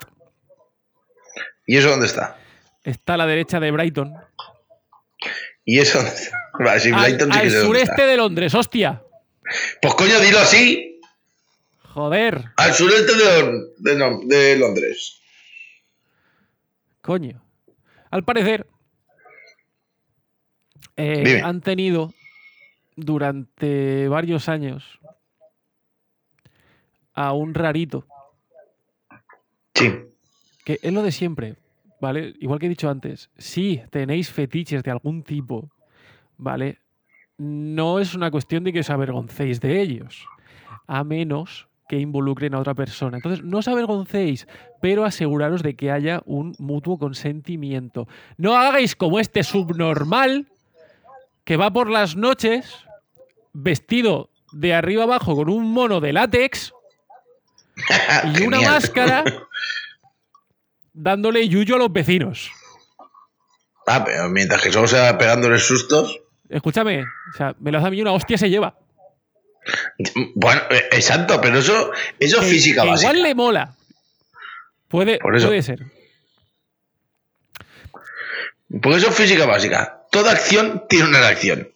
Speaker 5: ¿Y eso dónde está?
Speaker 4: Está a la derecha de Brighton.
Speaker 5: ¿Y eso dónde está? Vale, si
Speaker 4: Al-
Speaker 5: Brighton sí
Speaker 4: al,
Speaker 5: que sé dónde
Speaker 4: sureste de Londres, hostia.
Speaker 5: está. Pues coño, dilo así.
Speaker 4: Joder,
Speaker 5: Al sureste de, Lon- de Lon- de Londres.
Speaker 4: coño. Al parecer. eh,
Speaker 5: Dime.
Speaker 4: han tenido durante varios años a un rarito
Speaker 5: Sí.
Speaker 4: que es lo de siempre, ¿vale? Igual que he dicho antes, si tenéis fetiches de algún tipo, ¿vale? No es una cuestión de que os avergoncéis de ellos, a menos que involucren a otra persona. Entonces, no os avergoncéis, pero aseguraros de que haya un mutuo consentimiento. No hagáis como este subnormal que va por las noches vestido de arriba abajo con un mono de látex
Speaker 5: Ah,
Speaker 4: y una
Speaker 5: Genial.
Speaker 4: máscara dándole yuyo a los vecinos.
Speaker 5: Ah, pero mientras que solo sea pegándoles sustos.
Speaker 4: Escúchame, o sea, me lo hace a mí una hostia se lleva.
Speaker 5: Bueno, eh, exacto, pero eso, eso es
Speaker 4: Que-
Speaker 5: física
Speaker 4: que
Speaker 5: básica.
Speaker 4: Igual le mola. Puede,
Speaker 5: Por eso.
Speaker 4: puede ser.
Speaker 5: Porque eso es física básica. Toda acción tiene una reacción.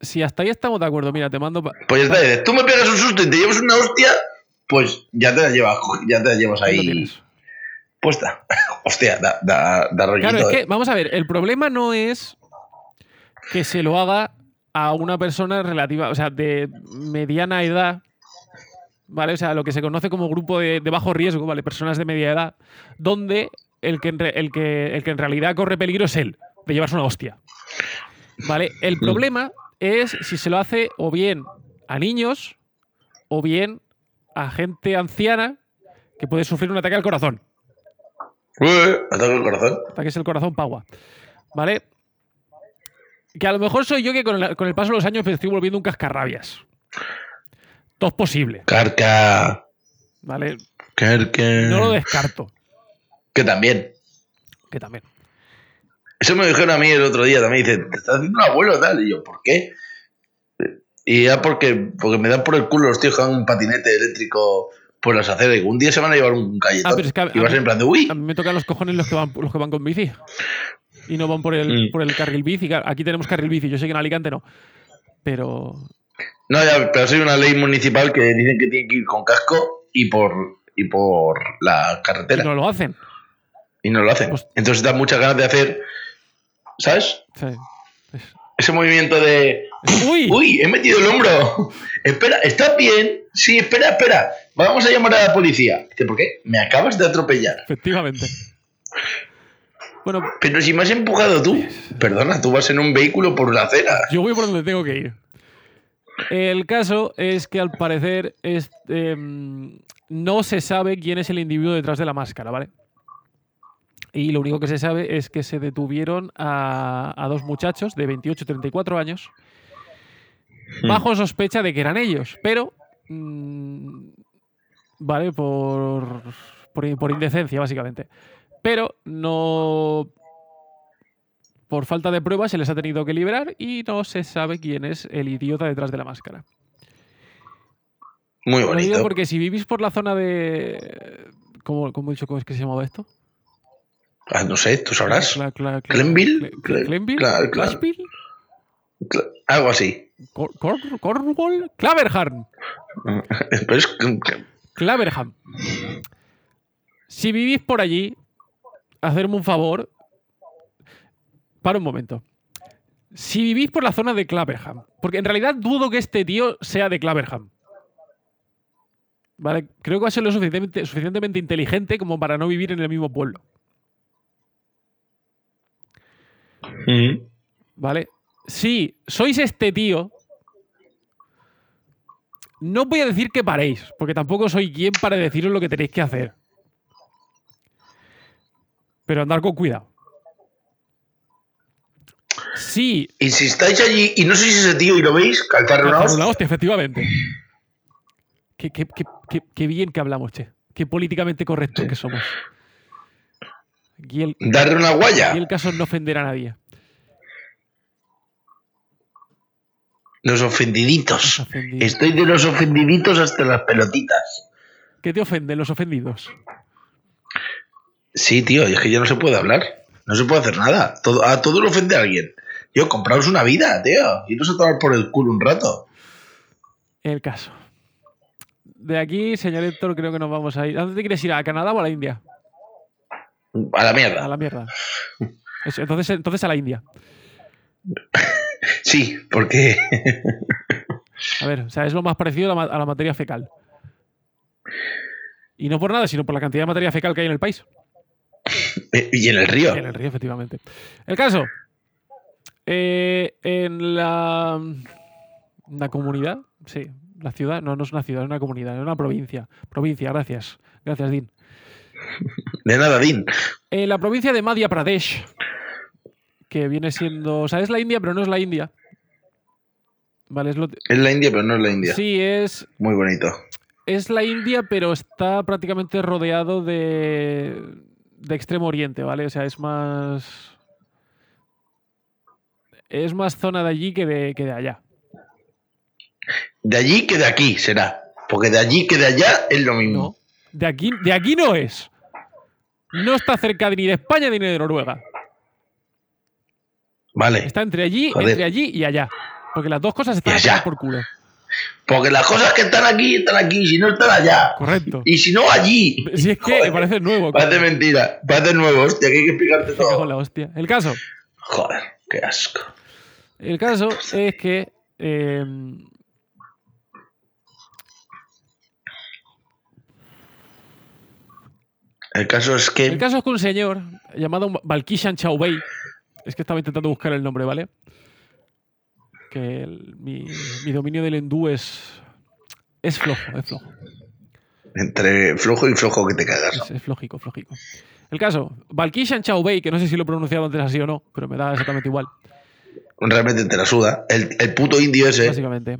Speaker 4: Si hasta ahí estamos de acuerdo, mira, te mando. pa-
Speaker 5: Pues ya está, dices, tú me pegas un susto y te llevas una hostia, pues ya te la llevas, co- ya te la llevas
Speaker 4: ahí lo
Speaker 5: ahí
Speaker 4: tienes.
Speaker 5: puesta. Hostia, da, da, da rollito,
Speaker 4: Claro, es que,
Speaker 5: eh.
Speaker 4: vamos a ver, el problema no es que se lo haga a una persona relativa, o sea, de mediana edad, ¿vale? O sea, lo que se conoce como grupo de, de bajo riesgo, ¿vale? Personas de media edad, donde el que, en re- el, que, el que en realidad corre peligro es él, de llevarse una hostia. ¿Vale? El problema es si se lo hace o bien a niños o bien a gente anciana que puede sufrir un ataque al corazón.
Speaker 5: Eh, ataque al corazón.
Speaker 4: Ataques el corazón pagua. ¿Vale? Que a lo mejor soy yo que con el, con el paso de los años me estoy volviendo un cascarrabias. Todo es posible,
Speaker 5: Carca.
Speaker 4: ¿vale?
Speaker 5: Carca.
Speaker 4: No lo descarto,
Speaker 5: Que también.
Speaker 4: que también.
Speaker 5: Eso me dijeron a mí el otro día también. Dice, te estás haciendo un abuelo tal. Y yo, ¿por qué? Y ya porque, porque me dan por el culo los tíos que van en patinete eléctrico por las aceras. Digo, un día se van a llevar un
Speaker 4: Ah,
Speaker 5: galletón.
Speaker 4: pero es que a-
Speaker 5: y
Speaker 4: a
Speaker 5: vas
Speaker 4: mí-
Speaker 5: en plan de, uy.
Speaker 4: A mí me tocan los cojones los que van, los que van con bici. Y no van por el,
Speaker 5: Mm.
Speaker 4: por el carril bici. Claro, Aquí tenemos carril bici, yo sé que en Alicante no. Pero
Speaker 5: No, ya, pero soy una ley municipal que dicen que tienen que ir con casco y por y por la
Speaker 4: y
Speaker 5: carretera.
Speaker 4: no lo hacen.
Speaker 5: Y no lo hacen.
Speaker 4: Pues-
Speaker 5: Entonces da muchas ganas de hacer. ¿Sabes?
Speaker 4: O sea,
Speaker 5: Ese movimiento de.
Speaker 4: ¡Uy!
Speaker 5: Uy, he metido el hombro. espera, ¿estás bien? Sí, espera, espera. Vamos a llamar a la policía. Dice, ¿por qué? Me acabas de atropellar.
Speaker 4: Efectivamente. Bueno,
Speaker 5: Pero si me has empujado tú. Perdona, tú vas en un vehículo por la acera.
Speaker 4: Yo voy por donde tengo que ir. El caso es que al parecer es- em, no se sabe quién es el individuo detrás de la máscara, ¿vale? Y lo único que se sabe es que se detuvieron a, a dos muchachos de 28 y 34 años bajo sospecha de que eran ellos, pero... mm, vale, por, por, por indecencia, básicamente. Pero no... Por falta de pruebas se les ha tenido que liberar y no se sabe quién es el idiota detrás de la máscara.
Speaker 5: Muy
Speaker 4: Lo digo
Speaker 5: bonito.
Speaker 4: porque si vivís por la zona de... ¿Cómo, cómo he dicho cómo es que se llamaba esto?
Speaker 5: Ah, no sé, tú sabrás.
Speaker 4: Cla- cla- cla-
Speaker 5: ¿Glenville?
Speaker 4: Cle-
Speaker 5: Cle-
Speaker 4: ¿Glenville?
Speaker 5: claro, claro.
Speaker 4: ¿Clashville?
Speaker 5: Cla- Algo así.
Speaker 4: Cor- Cor- ¿Cornwall? ¿Claverham?
Speaker 5: Pero es que- que-
Speaker 4: Claverham. Si vivís por allí, hacerme un favor. Para un momento. Si vivís por la zona de Claverham, porque en realidad dudo que este tío sea de Claverham. Vale, creo que va a ser lo suficientemente, suficientemente inteligente como para no vivir en el mismo pueblo.
Speaker 5: Mm.
Speaker 4: ¿Vale? Si sois este tío, no voy a decir que paréis, porque tampoco soy quien para deciros lo que tenéis que hacer. Pero andar con cuidado. Sí,
Speaker 5: Y si estáis allí y no sois ese tío y lo veis, calcar una
Speaker 4: una
Speaker 5: hostia.
Speaker 4: hostia, efectivamente. Qué, qué- qué- qué- qué bien que hablamos, che. Qué políticamente correctos que somos. Y el,
Speaker 5: Darle una guaya.
Speaker 4: y el caso es no ofender a nadie.
Speaker 5: Los
Speaker 4: Los
Speaker 5: ofendiditos.
Speaker 4: ofendidos.
Speaker 5: Estoy de los ofendiditos hasta las pelotitas.
Speaker 4: ¿Qué te ofenden los ofendidos?
Speaker 5: Sí, tío, es que ya no se puede hablar. No se puede hacer nada. Todo, a todo lo ofende a alguien. Yo, compraos una vida, tío. Iros a tomar por el culo un rato.
Speaker 4: El caso. De aquí, señor Héctor, creo que nos vamos a ir. ¿A dónde te quieres ir? ¿A Canadá o a la India?
Speaker 5: A la
Speaker 4: A
Speaker 5: mierda.
Speaker 4: la mierda. Eso, entonces, entonces a la India.
Speaker 5: Sí, porque.
Speaker 4: A ver, o sea, es lo más parecido a la, ma- a la materia fecal. Y no por nada, sino por la cantidad de materia fecal que hay en el país.
Speaker 5: y en el río.
Speaker 4: En el río, efectivamente. El caso. eh, en la. Una comunidad, sí. La ciudad, no, no es una ciudad, es una comunidad, es una provincia. Provincia, gracias. Gracias, Dean.
Speaker 5: De nada, Din.
Speaker 4: En Eh, la provincia de Madhya Pradesh, que viene siendo. O sea, es la India, pero no es la India. Vale, es lo.
Speaker 5: Es la India, pero no es la India.
Speaker 4: Sí, es.
Speaker 5: Muy bonito.
Speaker 4: Es la India, pero está prácticamente rodeado de. de Extremo Oriente, ¿vale? O sea, es más. Es más zona de allí que de, que de allá.
Speaker 5: De allí que de aquí será. Porque de allí que de allá es lo
Speaker 4: No.
Speaker 5: mismo.
Speaker 4: De aquí, de aquí no es. No está cerca ni de España ni de Noruega.
Speaker 5: Vale.
Speaker 4: Está entre allí,
Speaker 5: Joder.
Speaker 4: entre allí y allá. Porque las dos cosas están
Speaker 5: Y
Speaker 4: a
Speaker 5: allá.
Speaker 4: tomar por culo.
Speaker 5: Porque las cosas que están aquí están aquí. Si no están allá.
Speaker 4: Correcto.
Speaker 5: Y si no allí.
Speaker 4: Si es que
Speaker 5: Joder.
Speaker 4: parece nuevo.
Speaker 5: Parece
Speaker 4: coño.
Speaker 5: mentira. Parece nuevo, hostia, que hay que explicarte
Speaker 4: Me cago en
Speaker 5: todo.
Speaker 4: la hostia. El caso,
Speaker 5: Joder, qué asco.
Speaker 4: el caso es que eh,
Speaker 5: El caso es que.
Speaker 4: el caso es que un señor llamado Balkishan Chaubey, es que estaba intentando buscar el nombre, ¿vale? Que el- mi, mi dominio del hindú es Es flojo, es flojo.
Speaker 5: Entre flojo y flojo que te cagas.
Speaker 4: Es, es flojico, flojico. El caso, Valkishan Chaubei, que no sé si lo he pronunciado antes así o no, pero me da exactamente igual,
Speaker 5: Realmente te la suda. El, el puto indio ese.
Speaker 4: básicamente.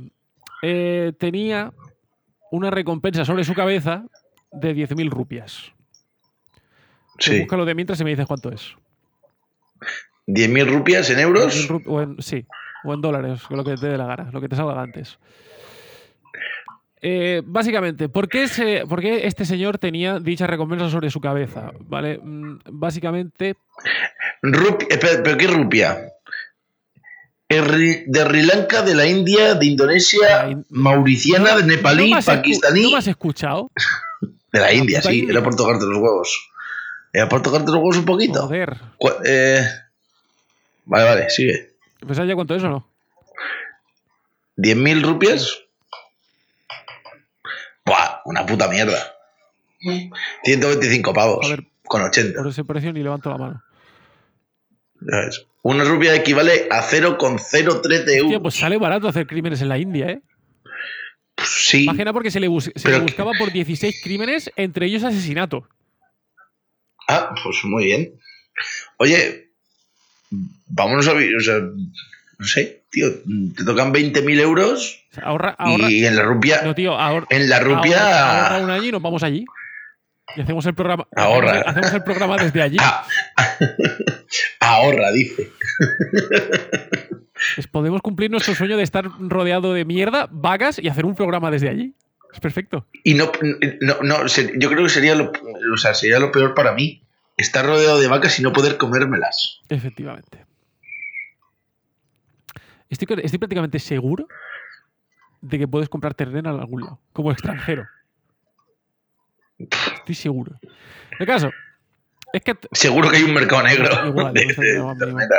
Speaker 4: Eh, tenía una recompensa sobre su cabeza de 10.000 rupias. Pues
Speaker 5: Sí.
Speaker 4: Búscalo de mientras y me dices cuánto es.
Speaker 5: 10.000 rupias en
Speaker 4: En
Speaker 5: euros.
Speaker 4: rup- o en- sí, o en dólares, lo que te dé la gana, lo que te salga antes. Eh, básicamente, ¿por qué, se- por qué este señor tenía dicha recompensa sobre su cabeza? ¿Vale? Mm, Básicamente,
Speaker 5: Rup- eh, pero, pero ¿qué rupia? Es ri- de Sri Lanka, de la India, de
Speaker 4: La in-
Speaker 5: Indonesia, mauriciana, de nepalí,
Speaker 4: ¿no me has escu- ¿No
Speaker 5: pakistaní.
Speaker 4: me has escuchado?
Speaker 5: De la India,
Speaker 4: puta
Speaker 5: sí.
Speaker 4: India.
Speaker 5: Era por tocarte los huevos. Era por tocarte los huevos un poquito.
Speaker 4: Joder.
Speaker 5: Cu- eh, Vale, vale, sigue.
Speaker 4: ¿Pues sabes ya cuánto es o no?
Speaker 5: ¿10.000 rupias? Buah, una puta mierda. 125 pavos.
Speaker 4: Joder.
Speaker 5: Con 80.
Speaker 4: Por ese precio ni levanto la mano.
Speaker 5: ya ves. Una rupia equivale a 0,03 de
Speaker 4: Tío,
Speaker 5: euros.
Speaker 4: pues sale barato hacer crímenes en la India, ¿eh?
Speaker 5: Pues sí.
Speaker 4: Imagina porque se le, bus- se
Speaker 5: Pero-
Speaker 4: le buscaba por 16 crímenes, entre ellos asesinato.
Speaker 5: Ah, pues muy bien. Oye, vámonos a... vi- O sea, no sé, tío. Te tocan 20.000 euros
Speaker 4: O sea, ahorra, ahorra.
Speaker 5: y en la rupia...
Speaker 4: No, tío, ahorra.
Speaker 5: En la rupia...
Speaker 4: Ahorra, ahorra un año y nos vamos allí. Y hacemos el programa.
Speaker 5: Ahorra.
Speaker 4: Hacemos, hacemos el programa desde allí.
Speaker 5: Ah, ahorra, dice.
Speaker 4: Es- Podemos cumplir nuestro sueño de estar rodeado de mierda, vagas y hacer un programa desde allí. Es perfecto.
Speaker 5: Y no, no, no, se- yo creo que sería lo, o sea, sería lo peor para mí. Estar rodeado de vacas y no poder comérmelas.
Speaker 4: Efectivamente. Estoy, cre- estoy prácticamente seguro de que puedes comprar terreno en algún lado, como extranjero. Estoy seguro. El caso es que
Speaker 5: Seguro que hay un mercado negro.
Speaker 4: Igual,
Speaker 5: de-
Speaker 4: no sé,
Speaker 5: de-
Speaker 4: no, amigo.
Speaker 5: ternera.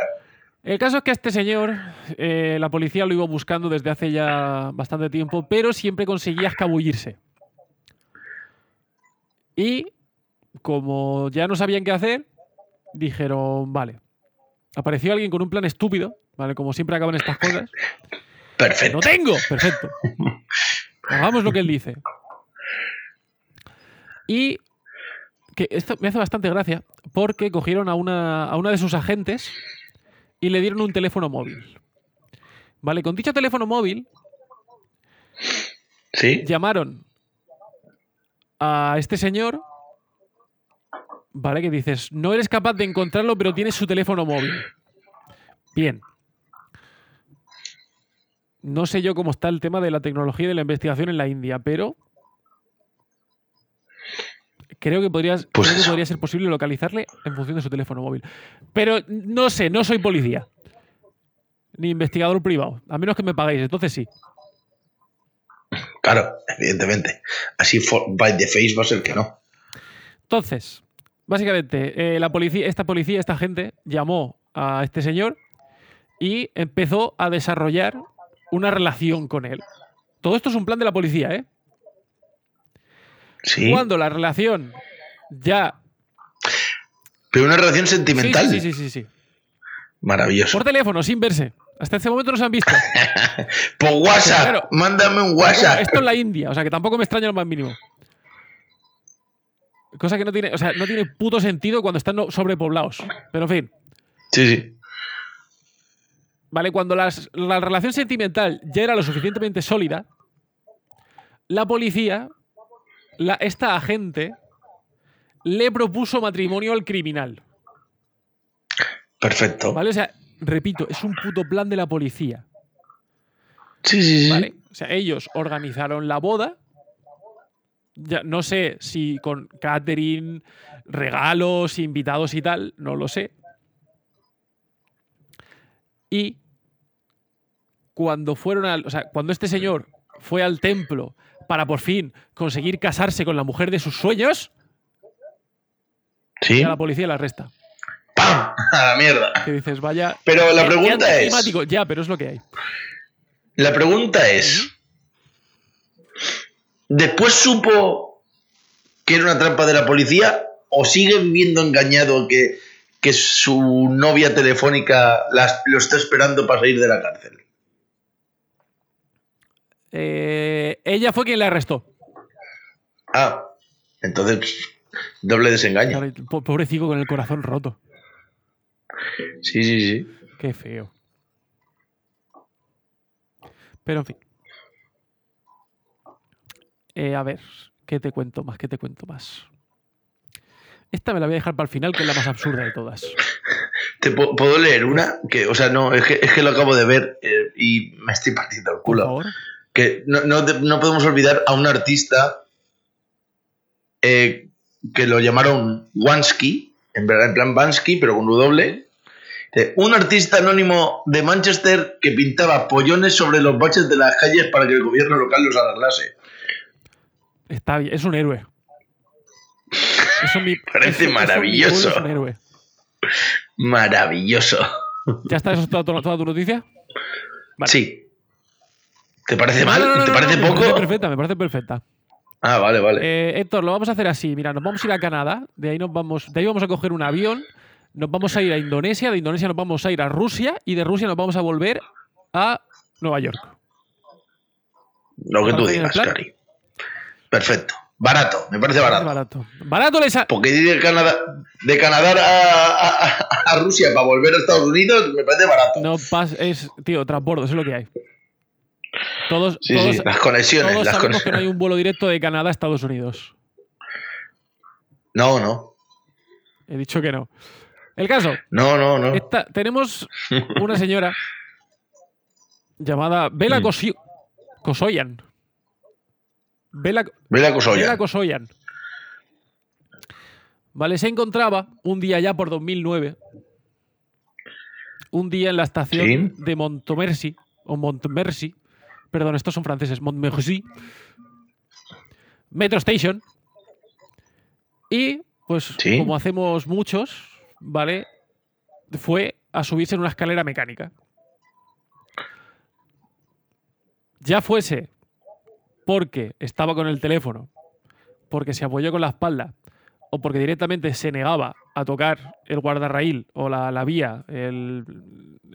Speaker 4: El caso es que a este señor, eh, la policía lo iba buscando desde hace ya bastante tiempo, pero siempre conseguía escabullirse. Y como ya no sabían qué hacer, dijeron, vale, apareció alguien con un plan estúpido, ¿vale? Como siempre acaban estas cosas.
Speaker 5: Perfecto.
Speaker 4: ¡Lo tengo! Perfecto. Hagamos lo que él dice. Y que esto me hace bastante gracia porque cogieron a una, a una de sus agentes y le dieron un teléfono móvil. Vale, con dicho teléfono móvil
Speaker 5: ¿Sí?
Speaker 4: llamaron a este señor, ¿vale? Que dices, no eres capaz de encontrarlo, pero tienes su teléfono móvil. Bien. No sé yo cómo está el tema de la tecnología y de la investigación en la India, pero creo que, podrías,
Speaker 5: Pues
Speaker 4: creo que
Speaker 5: eso.
Speaker 4: podría ser posible localizarle en función de su teléfono móvil. Pero no sé, no soy policía. Ni investigador privado. A menos que me pagáis, entonces sí.
Speaker 5: Claro, evidentemente. Así for- by the face va a ser que no.
Speaker 4: Entonces, básicamente, eh, la policía, esta policía, esta gente llamó a este señor y empezó a desarrollar una relación con él. Todo esto es un plan de la policía, ¿eh?
Speaker 5: Sí.
Speaker 4: Cuando la relación ya...
Speaker 5: Pero una relación
Speaker 4: Sí,
Speaker 5: sentimental.
Speaker 4: Sí, sí, sí, sí, sí.
Speaker 5: Maravilloso.
Speaker 4: Por
Speaker 5: Por,
Speaker 4: teléfono, sin verse. Hasta este momento no se han visto.
Speaker 5: WhatsApp.
Speaker 4: Claro.
Speaker 5: Pues Mándame un WhatsApp.
Speaker 4: Esto en la India, o sea que tampoco me extraña lo más mínimo. Cosa que no tiene, o sea, no tiene puto sentido cuando están no- sobrepoblados. Pero en fin.
Speaker 5: Sí, sí.
Speaker 4: ¿vale? Cuando las- la relación sentimental ya era lo suficientemente sólida, la policía, la- esta agente, le propuso matrimonio al criminal,
Speaker 5: Perfecto.
Speaker 4: ¿vale? O sea, repito, es un puto plan de la policía,
Speaker 5: Sí, sí, sí.
Speaker 4: ¿vale? O sea, ellos organizaron la boda. Ya, no sé si con catering, regalos, invitados y tal, no lo sé. Y cuando fueron al. O sea, cuando este señor fue al templo para por fin conseguir casarse con la mujer de sus sueños,
Speaker 5: Sí.
Speaker 4: ya la policía la arresta.
Speaker 5: ¡Pam! A la mierda.
Speaker 4: Que dices, vaya.
Speaker 5: Pero la
Speaker 4: qué- qué
Speaker 5: pregunta es.
Speaker 4: anticlimático. Ya, pero es lo que hay.
Speaker 5: La pregunta es, ¿después supo que era una trampa de la policía o sigue viviendo engañado que, que su novia telefónica las- lo está esperando para salir de la cárcel?
Speaker 4: Eh, ella fue quien le arrestó.
Speaker 5: Ah, entonces doble desengaño.
Speaker 4: Pobre- po- Pobrecito con el corazón roto.
Speaker 5: Sí, sí, sí.
Speaker 4: Qué feo. Pero en fin. Eh, a ver, ¿qué te cuento más? ¿Qué te cuento más? Esta me la voy a dejar para el final, que es la más absurda de todas.
Speaker 5: ¿Te po- puedo leer una? Que, o sea, no, es que, es que lo acabo de ver eh, y me estoy partiendo el
Speaker 4: Por
Speaker 5: culo.
Speaker 4: favor.
Speaker 5: Que no, no de- no podemos olvidar a un artista eh, que lo llamaron Wansky, en, verdad, en plan Bansky, pero con W. Eh, un artista anónimo de Manchester que pintaba pollones sobre los baches de las calles para que el gobierno local los arreglase.
Speaker 4: Está bien, es un héroe. Eso mi-
Speaker 5: Parece
Speaker 4: eso- eso mi
Speaker 5: maravilloso.
Speaker 4: pueblo es un héroe.
Speaker 5: Maravilloso.
Speaker 4: ¿Ya está? ¿Eso es toda, toda- toda tu noticia? Vale.
Speaker 5: Sí. ¿Te parece mal?
Speaker 4: No, no, no,
Speaker 5: ¿Te
Speaker 4: no,
Speaker 5: parece
Speaker 4: no,
Speaker 5: poco?
Speaker 4: Me parece perfecta, me parece perfecta.
Speaker 5: Ah, vale, vale.
Speaker 4: Eh, Héctor, lo vamos a hacer así. Mira, nos vamos a ir a Canadá, de ahí nos vamos, de ahí vamos a coger un avión, nos vamos a ir a Indonesia, de Indonesia nos vamos a ir a Rusia y de Rusia nos vamos a volver a Nueva York.
Speaker 5: Lo que tú
Speaker 4: ¿Parece bien el
Speaker 5: digas,
Speaker 4: plan?
Speaker 5: Cari. Perfecto. Barato, me parece barato.
Speaker 4: Barato. Barato le sa-
Speaker 5: Porque ir de Canadá, de Canadá a, a- a Rusia para volver a Estados Unidos me parece barato.
Speaker 4: No pas es, tío, transbordo, eso es lo que hay. Todos,
Speaker 5: sí,
Speaker 4: todos,
Speaker 5: sí, las conexiones.
Speaker 4: todos
Speaker 5: las
Speaker 4: sabemos que no
Speaker 5: conexiones.
Speaker 4: hay un vuelo directo de Canadá a Estados Unidos.
Speaker 5: No, no,
Speaker 4: He dicho que no. El caso,
Speaker 5: no, no, no.
Speaker 4: esta- tenemos una señora llamada Bela
Speaker 5: Mm.
Speaker 4: Kosi- Kosoyan. Bela,
Speaker 5: Ve la cosa
Speaker 4: Bela
Speaker 5: ya.
Speaker 4: Kosoyan. Vale, se encontraba un día ya por 2009. Un día en la estación de Montmorency. O Montmorency. Perdón, estos son franceses. Montmorency. Metro Station. Y, pues,
Speaker 5: Sí.
Speaker 4: como hacemos muchos, ¿vale? Fue a subirse en una escalera mecánica. Ya fuese porque estaba con el teléfono, porque se apoyó con la espalda o porque directamente se negaba a tocar el guardarraíl o la, la vía, el,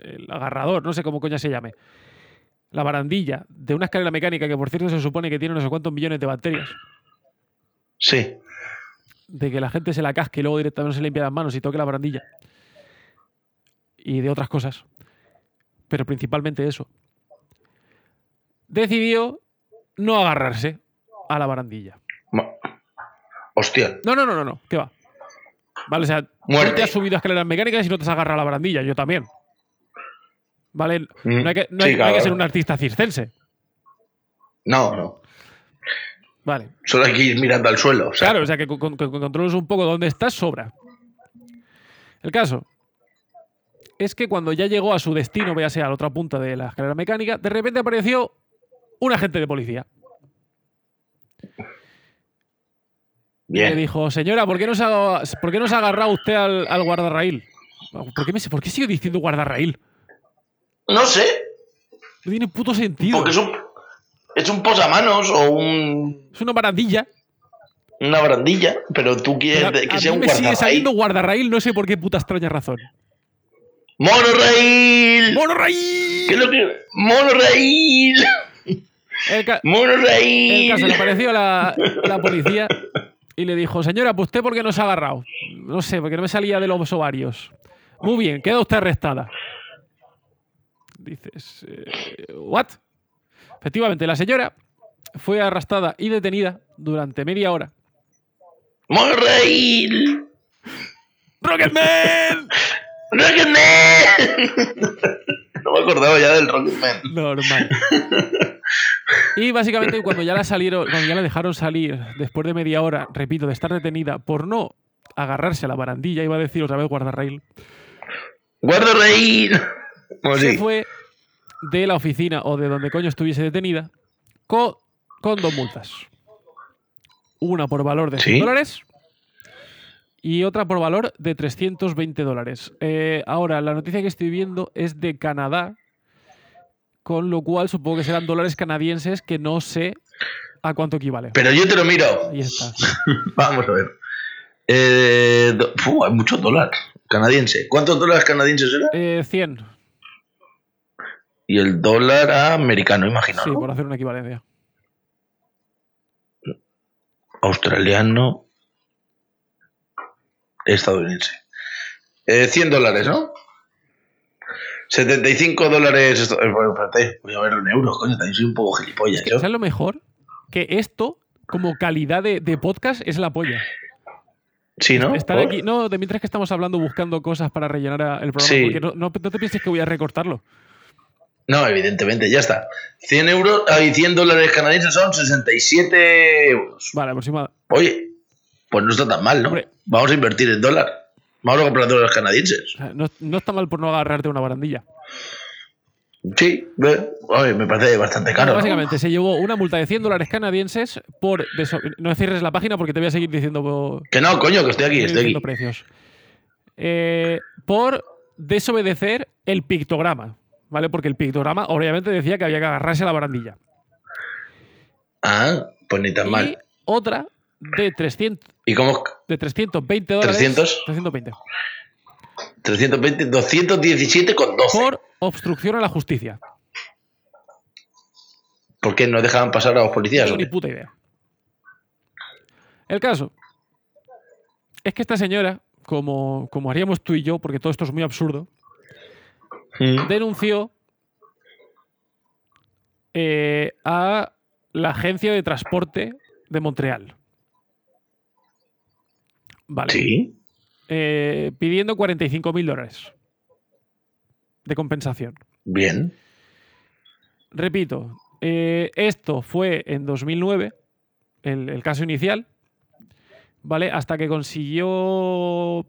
Speaker 4: el agarrador, no sé cómo coña se llame, la barandilla de una escalera mecánica que por cierto se supone que tiene no sé cuántos millones de bacterias,
Speaker 5: Sí.
Speaker 4: de que la gente se la casque y luego directamente se limpia las manos y toque la barandilla y de otras cosas, pero principalmente eso, decidió no agarrarse a la barandilla.
Speaker 5: Ma- Hostia.
Speaker 4: No, no, no, no, no. ¿Qué va? Vale, o sea,
Speaker 5: Muerte.
Speaker 4: no te has subido a escaleras mecánicas y no te has agarrado a la barandilla. Yo también. Vale,
Speaker 5: Mm,
Speaker 4: no hay que, no
Speaker 5: sí,
Speaker 4: hay- no hay que
Speaker 5: claro.
Speaker 4: ser un artista circense.
Speaker 5: No, no.
Speaker 4: Vale.
Speaker 5: Solo hay que ir mirando al suelo. o sea,
Speaker 4: Claro, o sea, que con, con- con- controles un poco dónde estás, sobra. El caso es que cuando ya llegó a su destino, véase a la otra punta de la escalera mecánica, de repente apareció un agente de policía. Y le
Speaker 5: Bien.
Speaker 4: dijo, señora, ¿por qué no se ha, por qué no se ha agarrado usted al, al guardarraíl? ¿Por qué, me, ¿Por qué sigo diciendo guardarraíl?
Speaker 5: No sé.
Speaker 4: No tiene puto sentido.
Speaker 5: Porque es un, es un posamanos o un,
Speaker 4: Es una barandilla.
Speaker 5: una barandilla, pero tú quieres
Speaker 4: pero
Speaker 5: Eh, de-
Speaker 4: a
Speaker 5: que sea
Speaker 4: mí
Speaker 5: un
Speaker 4: me sigue
Speaker 5: guardarraíl.
Speaker 4: saliendo guardarraíl, no sé por qué puta extraña razón.
Speaker 5: ¡Monoraíl! ¿Qué es
Speaker 4: ¡Monorraíl!
Speaker 5: lo que.? ¡Monoraíl!
Speaker 4: El, ca- el caso,
Speaker 5: ¡Monoraíl!
Speaker 4: le apareció la, la policía y le dijo, señora, pues usted por qué no se ha agarrado. No sé, porque no me salía de los ovarios. Muy bien, queda usted arrestada. Dices, eh, ¿what? Efectivamente, la señora fue arrastrada y detenida durante media hora.
Speaker 5: ¡Monoraíl!
Speaker 4: ¡Rocketman!
Speaker 5: ¡Rocketman! no me acordaba ya del Rocketman.
Speaker 4: Normal. Y básicamente cuando ya la salieron, cuando ya la dejaron salir después de media hora, repito, de estar detenida por no agarrarse a la barandilla, iba a decir otra vez guardarrail,
Speaker 5: ¡Guardarraíl! Bueno,
Speaker 4: se
Speaker 5: sí.
Speaker 4: fue de la oficina o de donde coño estuviese detenida co- con, dos multas. Una por valor de 100
Speaker 5: Sí.
Speaker 4: dólares y otra por valor de 320 dólares. Eh, ahora, la noticia que estoy viendo es de Canadá, con lo cual supongo que serán dólares canadienses que no sé a cuánto equivale.
Speaker 5: Pero yo te lo miro.
Speaker 4: Ahí está.
Speaker 5: Vamos a ver. Eh, do- fu, hay muchos dólares canadienses. ¿Cuántos dólares canadienses eran?
Speaker 4: Eh, 100.
Speaker 5: Y el dólar a americano, imagino.
Speaker 4: Sí,
Speaker 5: ¿no?
Speaker 4: por hacer una equivalencia.
Speaker 5: Australiano. Estadounidense. Eh, 100 dólares, ¿no? 75 dólares. esto- eh, Bueno, espérate, voy a verlo en euros, coño. También soy un poco gilipollas. ¿eh?
Speaker 4: Que,
Speaker 5: yo.
Speaker 4: ¿Sabes lo mejor? Que esto, como calidad de, de podcast, es la polla.
Speaker 5: Sí, ¿no?
Speaker 4: Estar
Speaker 5: ¿Por?
Speaker 4: aquí, no, de mientras que estamos hablando, buscando cosas para rellenar a- el programa,
Speaker 5: Sí.
Speaker 4: porque no, no- no te pienses que voy a recortarlo.
Speaker 5: No, evidentemente, ya está. 100 euros y 100 dólares canadienses son 67 euros.
Speaker 4: Vale, aproximada.
Speaker 5: Oye, pues no está tan mal, ¿no?
Speaker 4: Hombre.
Speaker 5: Vamos a invertir en dólar. Vamos a comprar dólares canadienses.
Speaker 4: O sea, No, no está mal por no agarrarte una barandilla.
Speaker 5: Sí, ve. Oye, me parece bastante
Speaker 4: Bueno,
Speaker 5: caro. ¿no?
Speaker 4: básicamente, se llevó una multa de 100 dólares canadienses por... deso- No cierres la página porque te voy a seguir diciendo...
Speaker 5: Que no, coño, que estoy aquí,
Speaker 4: seguir
Speaker 5: estoy aquí.
Speaker 4: diciendo precios. Eh, por desobedecer el pictograma, ¿vale? Porque el pictograma obviamente decía que había que agarrarse a la barandilla.
Speaker 5: Ah, pues ni tan
Speaker 4: y
Speaker 5: mal.
Speaker 4: otra de 300,
Speaker 5: ¿Y cómo?
Speaker 4: de 320 dólares.
Speaker 5: 300.
Speaker 4: 320.
Speaker 5: 320, 217 con 12. ¿Por?
Speaker 4: Por obstrucción a la justicia.
Speaker 5: qué no dejaban pasar a los policías?
Speaker 4: tengo
Speaker 5: o
Speaker 4: ni
Speaker 5: qué?
Speaker 4: puta idea. El caso es que esta señora, como, como haríamos tú y yo, porque todo esto es muy absurdo,
Speaker 5: Mm.
Speaker 4: denunció eh, a la agencia de transporte de Montreal. Vale.
Speaker 5: Sí.
Speaker 4: Eh, pidiendo 45 mil dólares de compensación.
Speaker 5: Bien.
Speaker 4: Repito, eh, esto fue en 2009, el, el caso inicial, ¿vale? Hasta que consiguió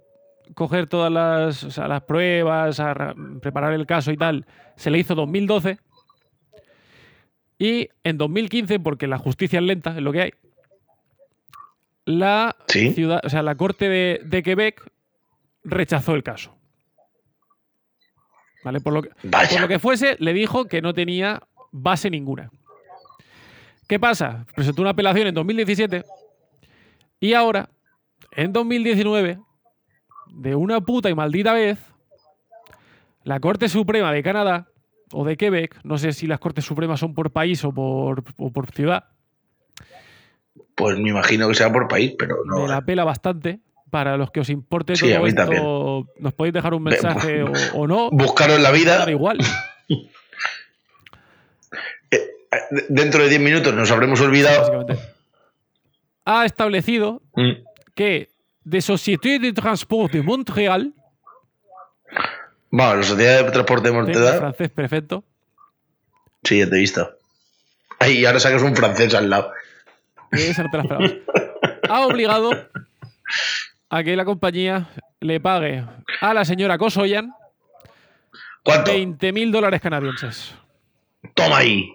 Speaker 4: coger todas las, o sea, las pruebas, arra- preparar el caso y tal, se le hizo 2012. Y en 2015, porque la justicia es lenta, es lo que hay, la,
Speaker 5: Sí.
Speaker 4: ciudad, o sea, la Corte de, de Quebec rechazó el caso. ¿Vale? Por lo que, por
Speaker 5: Vaya.
Speaker 4: lo que fuese, le dijo que no tenía base ninguna. ¿Qué pasa? Presentó una apelación en 2017 y ahora, en 2019, de una puta y maldita vez, la Corte Suprema de Canadá o de Quebec, no sé si las Cortes Supremas son por país o por, o por ciudad,
Speaker 5: Pues me imagino que sea por país, pero no. eh.
Speaker 4: me la pela bastante. Para los que os importe
Speaker 5: Sí,
Speaker 4: todo
Speaker 5: a mí
Speaker 4: esto,
Speaker 5: también.
Speaker 4: nos podéis dejar un mensaje o, o no,
Speaker 5: Buscaros la vida.
Speaker 4: da igual.
Speaker 5: Eh, eh, Dentro de 10 minutos nos habremos olvidado.
Speaker 4: básicamente. Ha establecido
Speaker 5: Mm.
Speaker 4: que de Société de Transport de Montréal,
Speaker 5: Vamos, la Sociedad de Transporte de
Speaker 4: tengo el
Speaker 5: Mortedad.
Speaker 4: francés perfecto,
Speaker 5: Sí, ya te he visto. Ay, y ahora sacas un francés al lado.
Speaker 4: que esa no te la esperabas, ha obligado a que la compañía le pague a la señora Kosoyan
Speaker 5: ¿Cuánto?
Speaker 4: 20.000 dólares canadienses.
Speaker 5: Toma ahí.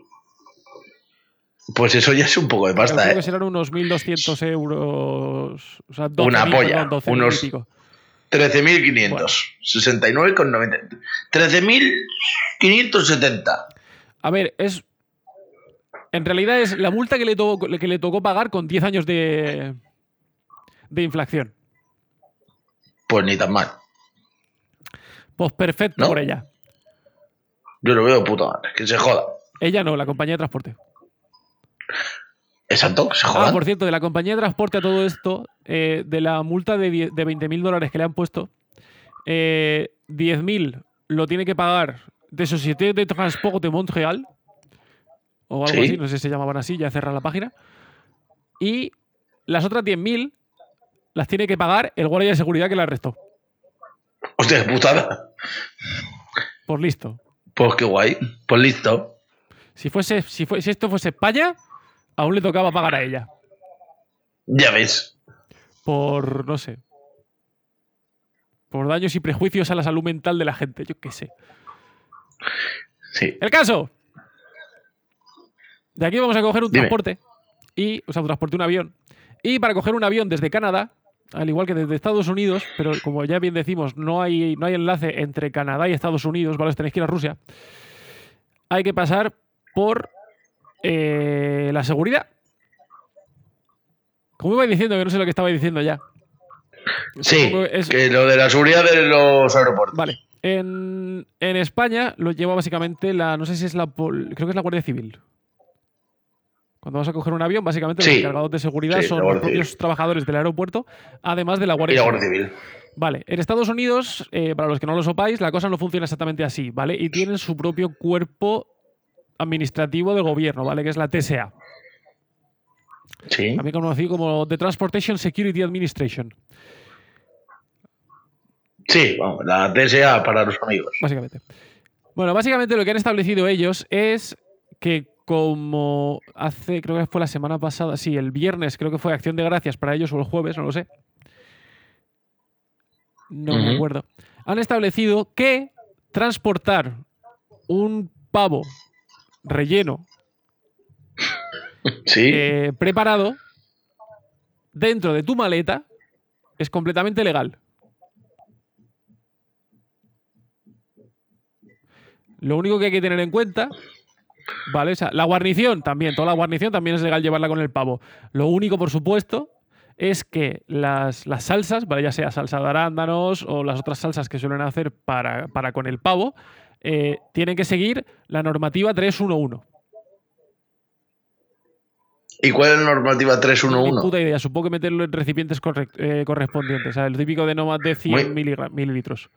Speaker 5: Pues eso ya es un poco de pasta,
Speaker 4: Creo que
Speaker 5: ¿eh?
Speaker 4: serán unos 1.200 euros. O sea, 12.000,
Speaker 5: Una polla,
Speaker 4: perdón, 12.000 y
Speaker 5: unos-
Speaker 4: pico.
Speaker 5: 13.500. 69,90. 13.570.
Speaker 4: A ver, es. En realidad es la multa que le, to- que le tocó pagar con 10 años de, de inflación.
Speaker 5: Pues ni tan mal.
Speaker 4: Pues perfecto
Speaker 5: ¿No?
Speaker 4: por ella.
Speaker 5: Yo lo veo de puta madre. Que se joda.
Speaker 4: Ella no, la compañía de transporte.
Speaker 5: Exacto, que se
Speaker 4: Ah,
Speaker 5: joda.
Speaker 4: por cierto, de la compañía de transporte a todo esto, eh, de la multa de, 10 de 20.000 dólares que le han puesto, eh, 10.000 lo tiene que pagar de Société de Transport de Montreal, o algo
Speaker 5: Sí.
Speaker 4: así, no sé si se llamaban así, ya cerrar la página. Y las otras 10.000 las tiene que pagar el guardia de seguridad que la arrestó.
Speaker 5: Hostia, qué putada.
Speaker 4: Por listo.
Speaker 5: Pues qué guay. Pues listo.
Speaker 4: Si, fuese, si, fue- si esto fuese España, aún le tocaba pagar a ella.
Speaker 5: Ya ves.
Speaker 4: por, no sé, por daños y prejuicios a la salud mental de la gente, yo qué sé.
Speaker 5: Sí.
Speaker 4: El caso. De aquí vamos a coger un
Speaker 5: Dime.
Speaker 4: transporte, y, o sea, un transporte, un avión. Y para coger un avión desde Canadá, al igual que desde Estados Unidos, pero como ya bien decimos, no hay, no hay enlace entre Canadá y Estados Unidos, ¿vale? Os Tenéis que ir a Rusia. Hay que pasar por eh, la seguridad. Como iba diciendo, que no sé lo que estaba diciendo ya.
Speaker 5: Sí.
Speaker 4: Supongo que es-
Speaker 5: Que lo de la seguridad de los aeropuertos.
Speaker 4: Vale. En, en España lo lleva básicamente la. No sé si es la. pol- Creo que es la Guardia Civil. Cuando vas a coger un avión, básicamente los
Speaker 5: Sí.
Speaker 4: encargados de seguridad
Speaker 5: Sí,
Speaker 4: son
Speaker 5: la
Speaker 4: los
Speaker 5: Guardia Civil.
Speaker 4: propios trabajadores del aeropuerto, además de la
Speaker 5: Y
Speaker 4: Guardia
Speaker 5: la
Speaker 4: Civil.
Speaker 5: Guardia Civil.
Speaker 4: Vale, en Estados Unidos, eh, para los que no lo sopáis, la cosa no funciona exactamente así, ¿vale? Y tienen su propio cuerpo administrativo de gobierno, ¿vale? Que es la TSA,
Speaker 5: Sí.
Speaker 4: también conocido como The Transportation Security Administration,
Speaker 5: Sí, vamos, la TSA para los amigos.
Speaker 4: básicamente. Bueno, básicamente lo que han establecido ellos es que como hace, creo que fue la semana pasada, sí, el viernes creo que fue Acción de Gracias para ellos o el jueves, no lo sé. No me
Speaker 5: Ujú.
Speaker 4: acuerdo. Han establecido que transportar un pavo relleno
Speaker 5: Sí.
Speaker 4: eh, preparado dentro de tu maleta es completamente legal. Lo único que hay que tener en cuenta, ¿vale? O sea, la guarnición también, toda la guarnición también es legal llevarla con el pavo. Lo único, por supuesto, es que las, las salsas, ¿vale? Ya sea salsa de arándanos o las otras salsas que suelen hacer para, para con el pavo, eh, tienen que seguir la normativa 311.
Speaker 5: ¿Y cuál es la normativa
Speaker 4: Ni
Speaker 5: 311?
Speaker 4: puta idea. Supongo que meterlo en recipientes correct- eh, correspondientes. O sea, el típico de no más de 100
Speaker 5: Muy-
Speaker 4: miligra- mililitros.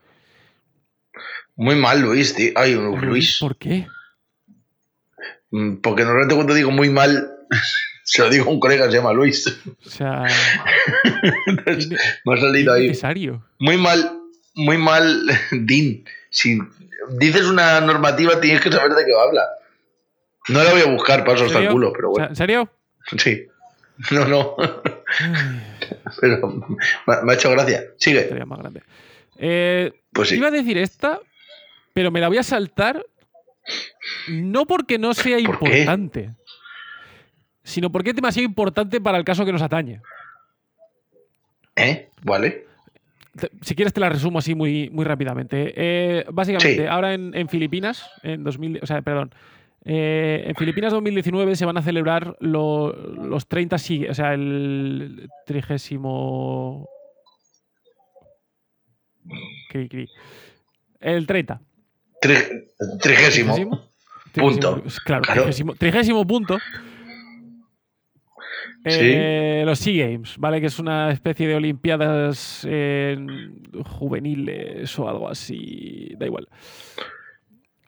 Speaker 5: Muy mal, Luis, tío. Ay, Luis.
Speaker 4: ¿Por qué?
Speaker 5: Mm, Porque normalmente cuando digo muy mal, se lo digo a un colega que se llama Luis.
Speaker 4: O sea,
Speaker 5: Entonces,
Speaker 4: ine-
Speaker 5: me ha salido ahí.
Speaker 4: innecesario.
Speaker 5: Muy mal, muy mal, Dean. Si dices una normativa, tienes que saber de qué habla. No la voy a buscar, paso hasta el
Speaker 4: ¿Serio?
Speaker 5: culo, pero
Speaker 4: O sea,
Speaker 5: bueno.
Speaker 4: ¿En serio?
Speaker 5: Sí. No, no. Pero me me ha hecho gracia. Sigue.
Speaker 4: Estaría más grande. Eh,
Speaker 5: Pues sí.
Speaker 4: Iba a decir esta, pero me la voy a saltar. No porque no sea
Speaker 5: ¿Por qué?
Speaker 4: importante, sino porque es demasiado importante para el caso que nos atañe.
Speaker 5: ¿Eh? Vale.
Speaker 4: Te- Si quieres te la resumo así muy, muy rápidamente. Eh, básicamente,
Speaker 5: Sí.
Speaker 4: ahora en, en Filipinas, en 2000, o sea, perdón, eh, en Filipinas 2019 se van a celebrar lo- los 30, sig- o sea, el trigésimo... Cri, cri. El 30.
Speaker 5: Tri- trigésimo. Punto.
Speaker 4: Trigésimo- pues, claro,
Speaker 5: Claro.
Speaker 4: Trigésimo, trigésimo punto. Eh, los SEA Games, ¿vale? Que es una especie de Olimpiadas eh, juveniles o algo así. Da igual.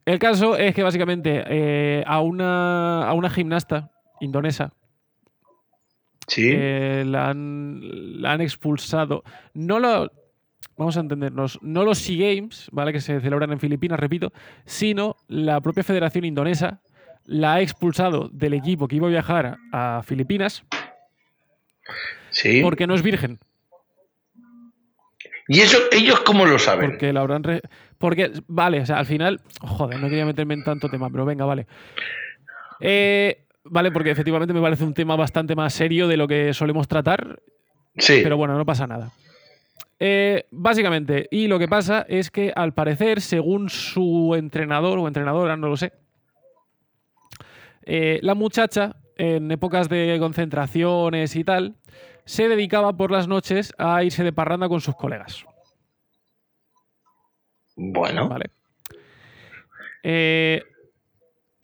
Speaker 4: El caso es que básicamente eh, a, una, a una gimnasta indonesa
Speaker 5: Sí.
Speaker 4: eh, la, han, la han expulsado. No lo. Vamos a entendernos. No los SEA Games, ¿vale? Que se celebran en Filipinas, repito, sino la propia Federación Indonesa la ha expulsado del equipo que iba a viajar a Filipinas
Speaker 5: sí.
Speaker 4: porque no es virgen.
Speaker 5: ¿Y eso ellos cómo lo saben?
Speaker 4: Porque la habrán. re- Porque, vale, o sea, al final. Joder, no quería meterme en tanto tema, pero venga, vale. Eh, vale, porque efectivamente me parece un tema bastante más serio de lo que solemos tratar
Speaker 5: sí.
Speaker 4: Pero bueno, no pasa nada. Eh, básicamente, y lo que pasa es que al parecer, según su entrenador o entrenadora, no lo sé, eh, la muchacha en épocas de concentraciones y tal, se dedicaba por las noches a irse de parranda con sus colegas.
Speaker 5: bueno.
Speaker 4: Vale. Eh,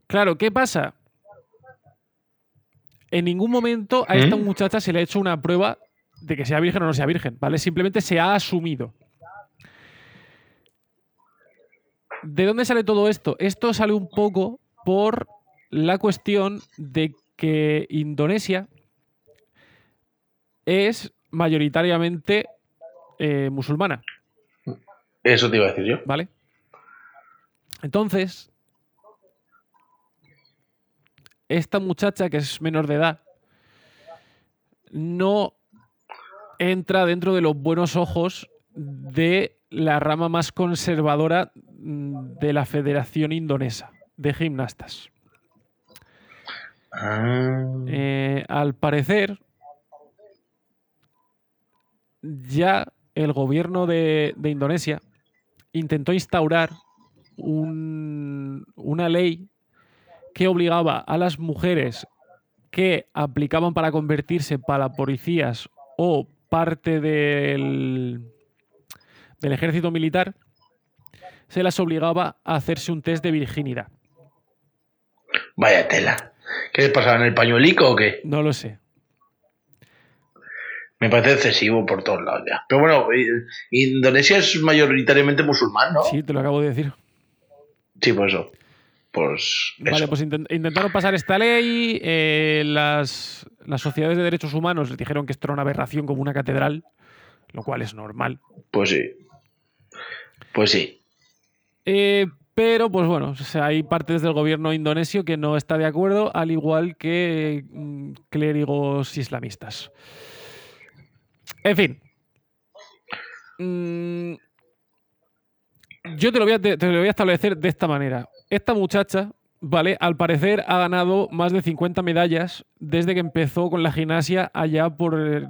Speaker 4: claro, ¿qué pasa? En ningún momento a esta
Speaker 5: ¿Mm?
Speaker 4: muchacha se le ha hecho una prueba de que sea virgen o no sea virgen, ¿vale? Simplemente se ha asumido. ¿De dónde sale todo esto? Esto sale un poco por la cuestión de que Indonesia es mayoritariamente eh, musulmana.
Speaker 5: Eso te iba a decir yo.
Speaker 4: ¿Vale? Entonces, esta muchacha que es menor de edad no entra dentro de los buenos ojos de la rama más conservadora mm, de la Federación Indonesa de Gimnastas.
Speaker 5: Ah.
Speaker 4: Eh, al parecer, ya el gobierno de, de Indonesia intentó instaurar un- una ley que obligaba a las mujeres que aplicaban para convertirse para policías o parte del, del ejército militar se las obligaba a hacerse un test de virginidad.
Speaker 5: Vaya tela. ¿Qué le pasaba en el pañuelico o qué?
Speaker 4: No lo sé.
Speaker 5: Me parece excesivo por todos lados ya. Pero bueno, eh, Indonesia es mayoritariamente musulmán, ¿no?
Speaker 4: Sí, te lo acabo de decir.
Speaker 5: Sí, por eso. Pues eso.
Speaker 4: Vale, pues intent- intentaron pasar esta ley. eh, las, las sociedades de derechos humanos les dijeron que esto era una aberración como una catedral, lo cual es normal.
Speaker 5: Pues sí. Pues sí.
Speaker 4: Eh, pero, pues bueno, o sea, hay partes del gobierno indonesio que no está de acuerdo, al igual que mm, clérigos islamistas. En fin. Mm, yo te lo, voy a, te- te lo voy a establecer de esta manera. Esta muchacha, ¿vale? Al parecer ha ganado más de 50 medallas desde que empezó con la gimnasia allá por el,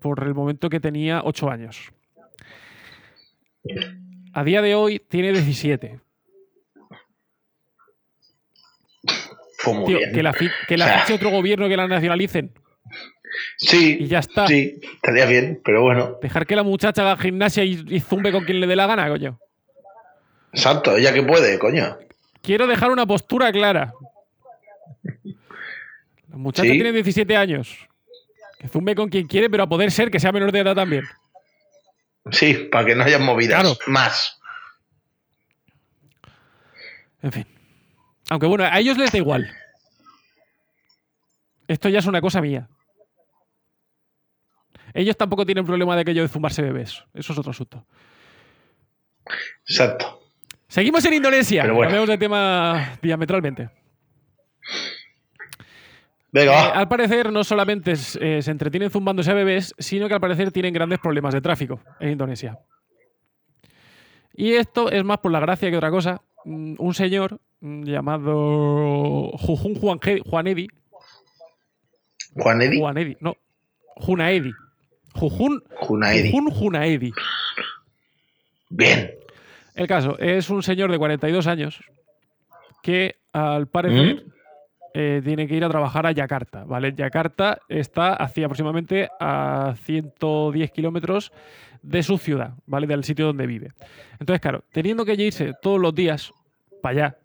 Speaker 4: por el momento que tenía 8 años. A día de hoy tiene 17.
Speaker 5: Fue muy
Speaker 4: Tío,
Speaker 5: bien.
Speaker 4: que la, fi- que la
Speaker 5: O sea-
Speaker 4: fiche otro gobierno que la nacionalicen y
Speaker 5: Sí,
Speaker 4: ya está.
Speaker 5: sí. Estaría bien, pero bueno.
Speaker 4: Dejar que la muchacha haga gimnasia y, y zumbe con quien le dé la gana, coño.
Speaker 5: Exacto, ella que puede, coño.
Speaker 4: Quiero dejar una postura clara. La muchacha
Speaker 5: Sí.
Speaker 4: tiene 17 años. Que zumbe con quien quiere, pero a poder ser que sea menor de edad también.
Speaker 5: Sí, para que no haya movidas.
Speaker 4: Claro.
Speaker 5: Más.
Speaker 4: En fin. Aunque bueno, a ellos les da igual. Esto ya es una cosa mía. Ellos tampoco tienen problema de aquello de fumarse bebés. Eso es otro asunto.
Speaker 5: Exacto.
Speaker 4: Seguimos en Indonesia.
Speaker 5: Pero bueno.
Speaker 4: Cambiamos de tema diametralmente.
Speaker 5: Venga,
Speaker 4: Eh,
Speaker 5: va.
Speaker 4: al parecer, no solamente es- eh, se entretienen zumbándose a bebés, sino que al parecer tienen grandes problemas de tráfico en Indonesia. Y esto es más por la gracia que otra cosa. Mm, Un señor mm, llamado Jujun Juanje- Juanedi.
Speaker 5: Juan Eddy.
Speaker 4: Juanedi, no. Junaedi. Jujun,
Speaker 5: Junaedi.
Speaker 4: Jujun Junaedi.
Speaker 5: Bien.
Speaker 4: El caso es un señor de 42 años que al parecer
Speaker 5: ¿Mm?
Speaker 4: eh, tiene que ir a trabajar a Yakarta, ¿vale? Yakarta está hacia aproximadamente a 110 kilómetros de su ciudad, ¿vale? Del sitio donde vive. Entonces, claro, teniendo que irse todos los días para allá,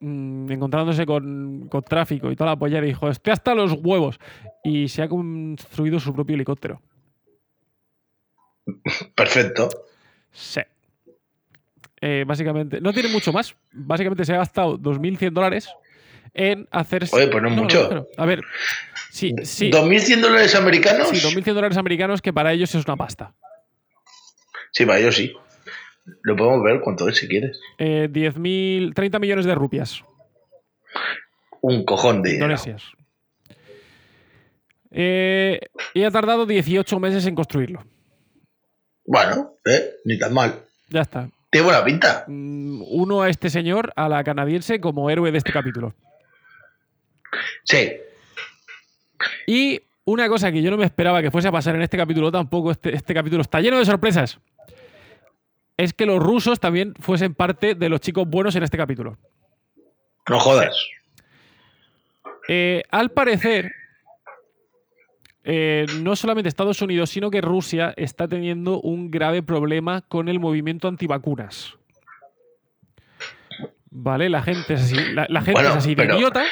Speaker 4: mm, encontrándose con, con tráfico y toda la polla, dijo, estoy hasta los huevos. Y se ha construido su propio helicóptero.
Speaker 5: Perfecto.
Speaker 4: Sí. Eh, básicamente, no tiene mucho más. Básicamente se ha gastado 2.100 dólares en hacerse.
Speaker 5: Oye, pues no es mucho. Mm,
Speaker 4: claro. A ver, sí, sí.
Speaker 5: ¿2.100 dólares americanos?
Speaker 4: Sí, 2.100 dólares americanos que para ellos es una pasta.
Speaker 5: Sí, para ellos sí. Lo podemos ver cuánto es si quieres.
Speaker 4: Eh, 10.000, 30 millones de rupias.
Speaker 5: Un cojón de dinero.
Speaker 4: Indonesias. Eh, y ha tardado 18 meses en construirlo.
Speaker 5: Bueno, eh, ni tan mal.
Speaker 4: Ya está.
Speaker 5: Tiene buena pinta.
Speaker 4: Mm, Uno a este señor, a la canadiense, como héroe de este capítulo.
Speaker 5: Sí.
Speaker 4: Y una cosa que yo no me esperaba que fuese a pasar en este capítulo tampoco, este, este capítulo está lleno de sorpresas, es que los rusos también fuesen parte de los chicos buenos en este capítulo.
Speaker 5: No jodas.
Speaker 4: Eh, al parecer, eh, no solamente Estados Unidos, sino que Rusia está teniendo un grave problema con el movimiento antivacunas. ¿Vale? La gente es así, la, la gente
Speaker 5: Bueno,
Speaker 4: es así de
Speaker 5: pero-
Speaker 4: idiota.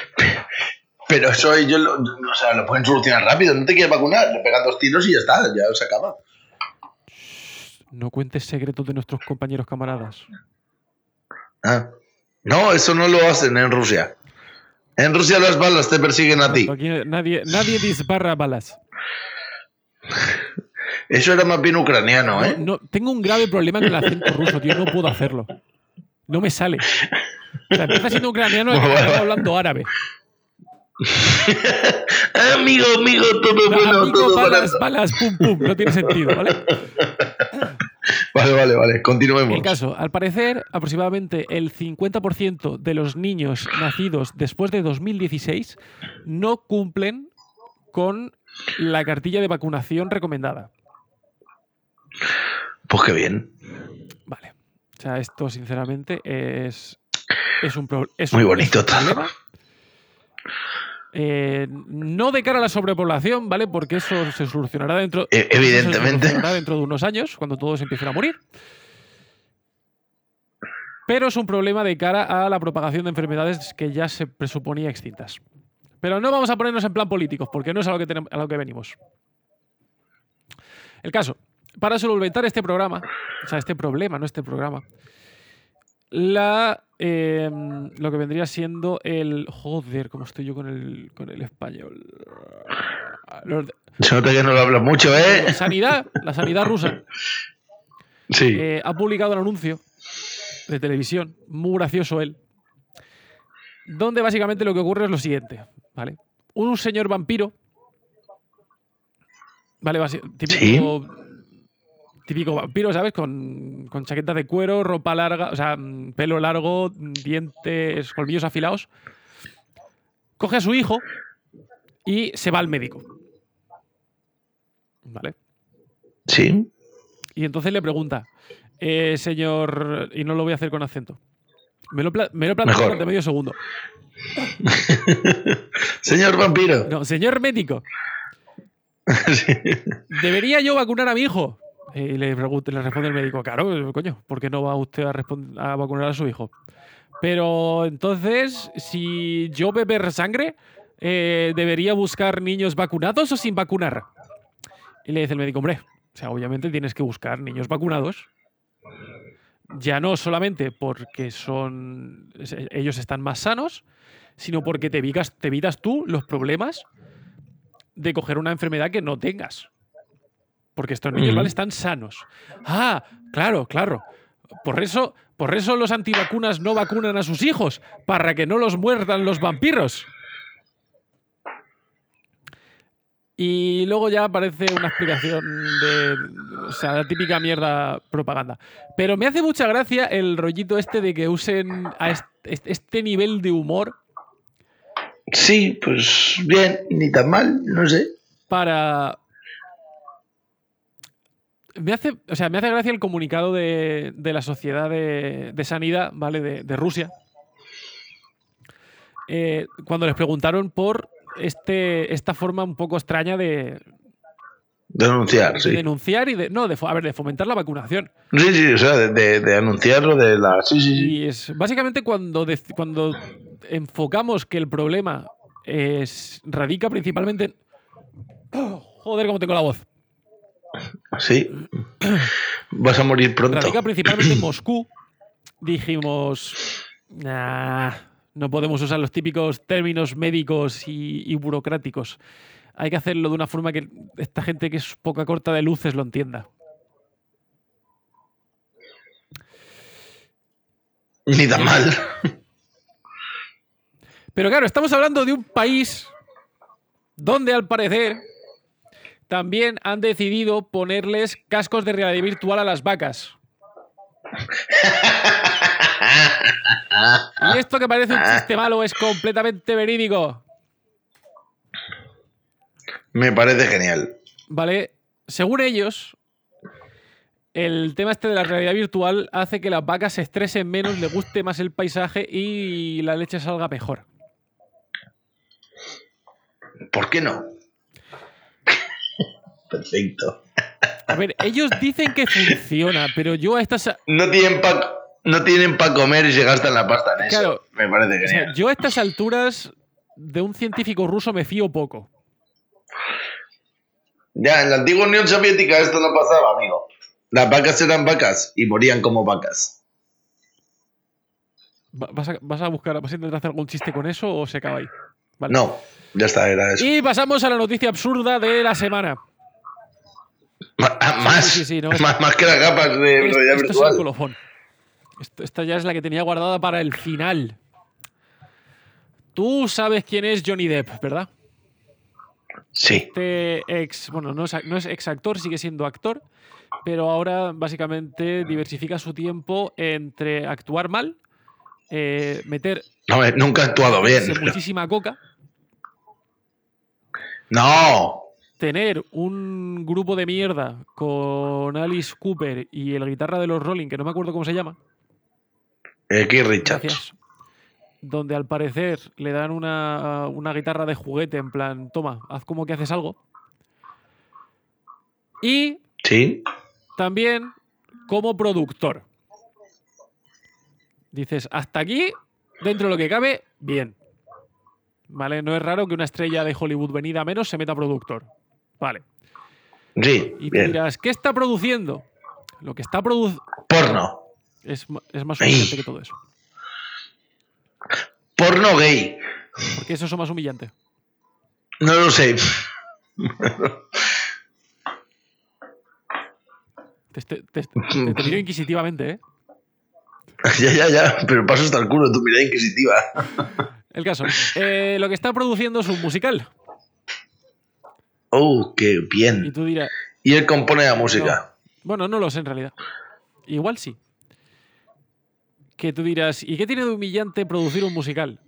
Speaker 5: Pero eso ellos lo, o sea, lo pueden solucionar rápido. No te quieres vacunar. Le pegan dos tiros y ya está. Ya se acaba.
Speaker 4: No cuentes secretos de nuestros compañeros camaradas.
Speaker 5: Ah. No, eso no lo hacen en Rusia. En Rusia las balas te persiguen a ti.
Speaker 4: Aquí nadie, nadie disbarra balas.
Speaker 5: Eso era más bien ucraniano, ¿eh?
Speaker 4: No, tengo un grave problema con el acento ruso, tío. No puedo hacerlo. No me sale. O sea, empieza siendo ucraniano y acaba hablando árabe.
Speaker 5: Amigo, amigo, todo bueno,
Speaker 4: Amigo,
Speaker 5: todo
Speaker 4: balas,
Speaker 5: barato.
Speaker 4: balas, pum, pum. No tiene sentido, ¿vale?
Speaker 5: Vale, vale, vale. Continuemos.
Speaker 4: El caso, al parecer, aproximadamente el 50% de los niños nacidos después de 2016 no cumplen con la cartilla de vacunación recomendada.
Speaker 5: Pues qué bien.
Speaker 4: Vale. O sea, esto sinceramente es, es un, pro- es
Speaker 5: Muy
Speaker 4: un-
Speaker 5: bonito
Speaker 4: es un
Speaker 5: todo.
Speaker 4: problema. Eh, no de cara a la sobrepoblación, ¿vale? Porque eso se solucionará dentro,
Speaker 5: E-
Speaker 4: eso se
Speaker 5: evidentemente.
Speaker 4: solucionará dentro de unos años, cuando todos empiecen a morir. pero es un problema de cara a la propagación de enfermedades que ya se presuponía extintas. Pero no vamos a ponernos en plan políticos, porque no es a lo que, tenem- a lo que venimos. El caso, para solventar este programa, o sea, este problema, no este programa, la, eh, lo que vendría siendo el... Joder, ¿cómo estoy yo con el, con el español? Los de-
Speaker 5: Se nota que no lo hablas mucho, ¿eh?
Speaker 4: Sanidad, la sanidad rusa.
Speaker 5: Sí.
Speaker 4: Eh, ha publicado un anuncio de televisión, muy gracioso él, donde básicamente lo que ocurre es lo siguiente, ¿vale? Un señor vampiro, ¿vale? Basi- Típico, típico vampiro, ¿sabes? Con, con chaqueta de cuero, ropa larga, o sea, mm, pelo largo, mm, dientes, colmillos afilados, coge a su hijo y se va al médico, ¿vale?
Speaker 5: Sí.
Speaker 4: Y entonces le pregunta, eh, señor, y no lo voy a hacer con acento. Me lo, pla- me lo planteo
Speaker 5: Mejor.
Speaker 4: durante medio segundo.
Speaker 5: Señor vampiro.
Speaker 4: No, señor médico,
Speaker 5: Sí.
Speaker 4: ¿debería yo vacunar a mi hijo? Eh, Y le, pregunta, le responde el médico, claro, coño, ¿por qué no va usted a, respon- a vacunar a su hijo? Pero entonces, si yo beber sangre, eh, ¿debería buscar niños vacunados o sin vacunar? Y le dice el médico, hombre, o sea, obviamente tienes que buscar niños vacunados. Ya no solamente porque son se- ellos están más sanos, sino porque te evitas, te evitas tú los problemas de coger una enfermedad que no tengas. Porque estos niños
Speaker 5: Ujú.
Speaker 4: ¿vale? están sanos. Ah, claro, claro. Por eso, por eso los antivacunas no vacunan a sus hijos, para que no los muerdan los vampiros. Y luego ya aparece una explicación de. O sea, la típica mierda propaganda. Pero me hace mucha gracia el rollito este de que usen a est- est- este nivel de humor
Speaker 5: Sí, pues bien, ni tan mal, no sé.
Speaker 4: para. Me hace, o sea, me hace gracia el comunicado de, de la Sociedad de, de Sanidad, ¿vale? De, de Rusia. Eh, cuando les preguntaron por este, esta forma un poco extraña de,
Speaker 5: Denunciar,
Speaker 4: de
Speaker 5: sí.
Speaker 4: denunciar y de. No, de, fo- a ver, de fomentar la vacunación.
Speaker 5: Sí, sí, o sea, de, de, de anunciarlo, de la. Sí, sí, sí.
Speaker 4: Y es básicamente cuando, dec- cuando enfocamos que el problema es, radica principalmente en. joder, cómo tengo la voz.
Speaker 5: Sí. Vas a morir pronto.
Speaker 4: radica principalmente en Moscú, dijimos, "Nah, no podemos usar los típicos términos médicos y, y burocráticos. Hay que hacerlo de una forma que esta gente que es poca corta de luces lo entienda.
Speaker 5: Ni tan mal.
Speaker 4: Pero claro, estamos hablando de un país donde al parecer también han decidido ponerles cascos de realidad virtual a las vacas. Y esto que parece un chiste malo es completamente verídico.
Speaker 5: Me parece genial.
Speaker 4: ¿vale? Según ellos, el tema este de la realidad virtual hace que las vacas se estresen menos, le guste más el paisaje y la leche salga mejor.
Speaker 5: ¿Por qué no? Perfecto.
Speaker 4: A ver, ellos dicen que funciona, pero yo a estas, a-
Speaker 5: No tienen para no tienen pa comer y se gastan la pasta en eso.
Speaker 4: Claro.
Speaker 5: Me parece
Speaker 4: o sea,
Speaker 5: genial.
Speaker 4: yo a estas alturas de un científico ruso me fío poco.
Speaker 5: Ya, en la antigua Unión Soviética esto no pasaba, amigo. Las vacas eran vacas y morían como vacas.
Speaker 4: Va- ¿Vas a, vas a buscar, vas a intentar hacer algún chiste con eso o se acaba ahí? Vale.
Speaker 5: No, ya está, era eso.
Speaker 4: Y pasamos a la noticia absurda de la semana.
Speaker 5: Ma- ah, Más,
Speaker 4: sí, sí, no, es-
Speaker 5: más, más que las capas de realidad
Speaker 4: Es- esto Este, es
Speaker 5: virtual.
Speaker 4: el colofón. Esto- esta ya es la que tenía guardada para el final. Tú sabes quién es Johnny Depp, ¿verdad?
Speaker 5: sí,
Speaker 4: Este ex, bueno, no es, ac- no es ex actor, sigue siendo actor, pero ahora básicamente diversifica su tiempo entre actuar mal, eh, meter
Speaker 5: no, eh, nunca he actuado bien.
Speaker 4: meterse
Speaker 5: pero-
Speaker 4: muchísima coca,
Speaker 5: No,
Speaker 4: tener un grupo de mierda con Alice Cooper y el guitarra de los Rolling, que no me acuerdo cómo se llama,
Speaker 5: X Richards.
Speaker 4: Gracias. Donde al parecer le dan una, una guitarra de juguete en plan, toma, haz como que haces algo. Y
Speaker 5: Sí,
Speaker 4: también como productor. Dices, hasta aquí, dentro de lo que cabe, bien. ¿Vale? No es raro que una estrella de Hollywood venida a menos se meta productor. Vale.
Speaker 5: Sí,
Speaker 4: Y te
Speaker 5: bien.
Speaker 4: dirás, ¿qué está produciendo? Lo que está produciendo
Speaker 5: Porno.
Speaker 4: es, ma- es más
Speaker 5: Ey.
Speaker 4: humillante que todo eso.
Speaker 5: Porno gay.
Speaker 4: Porque eso es lo más humillante.
Speaker 5: No lo sé.
Speaker 4: Te, te- te- te- te miro inquisitivamente, ¿eh?
Speaker 5: ya, ya, ya. Pero paso hasta el culo tu mirada inquisitiva.
Speaker 4: El caso. eh, lo que está produciendo es un musical.
Speaker 5: Oh, qué
Speaker 4: Y
Speaker 5: bien.
Speaker 4: tú dirás,
Speaker 5: Y él compone la música.
Speaker 4: Bueno, no lo sé en realidad. Igual sí. Que tú dirás, ¿y qué tiene de humillante producir un musical?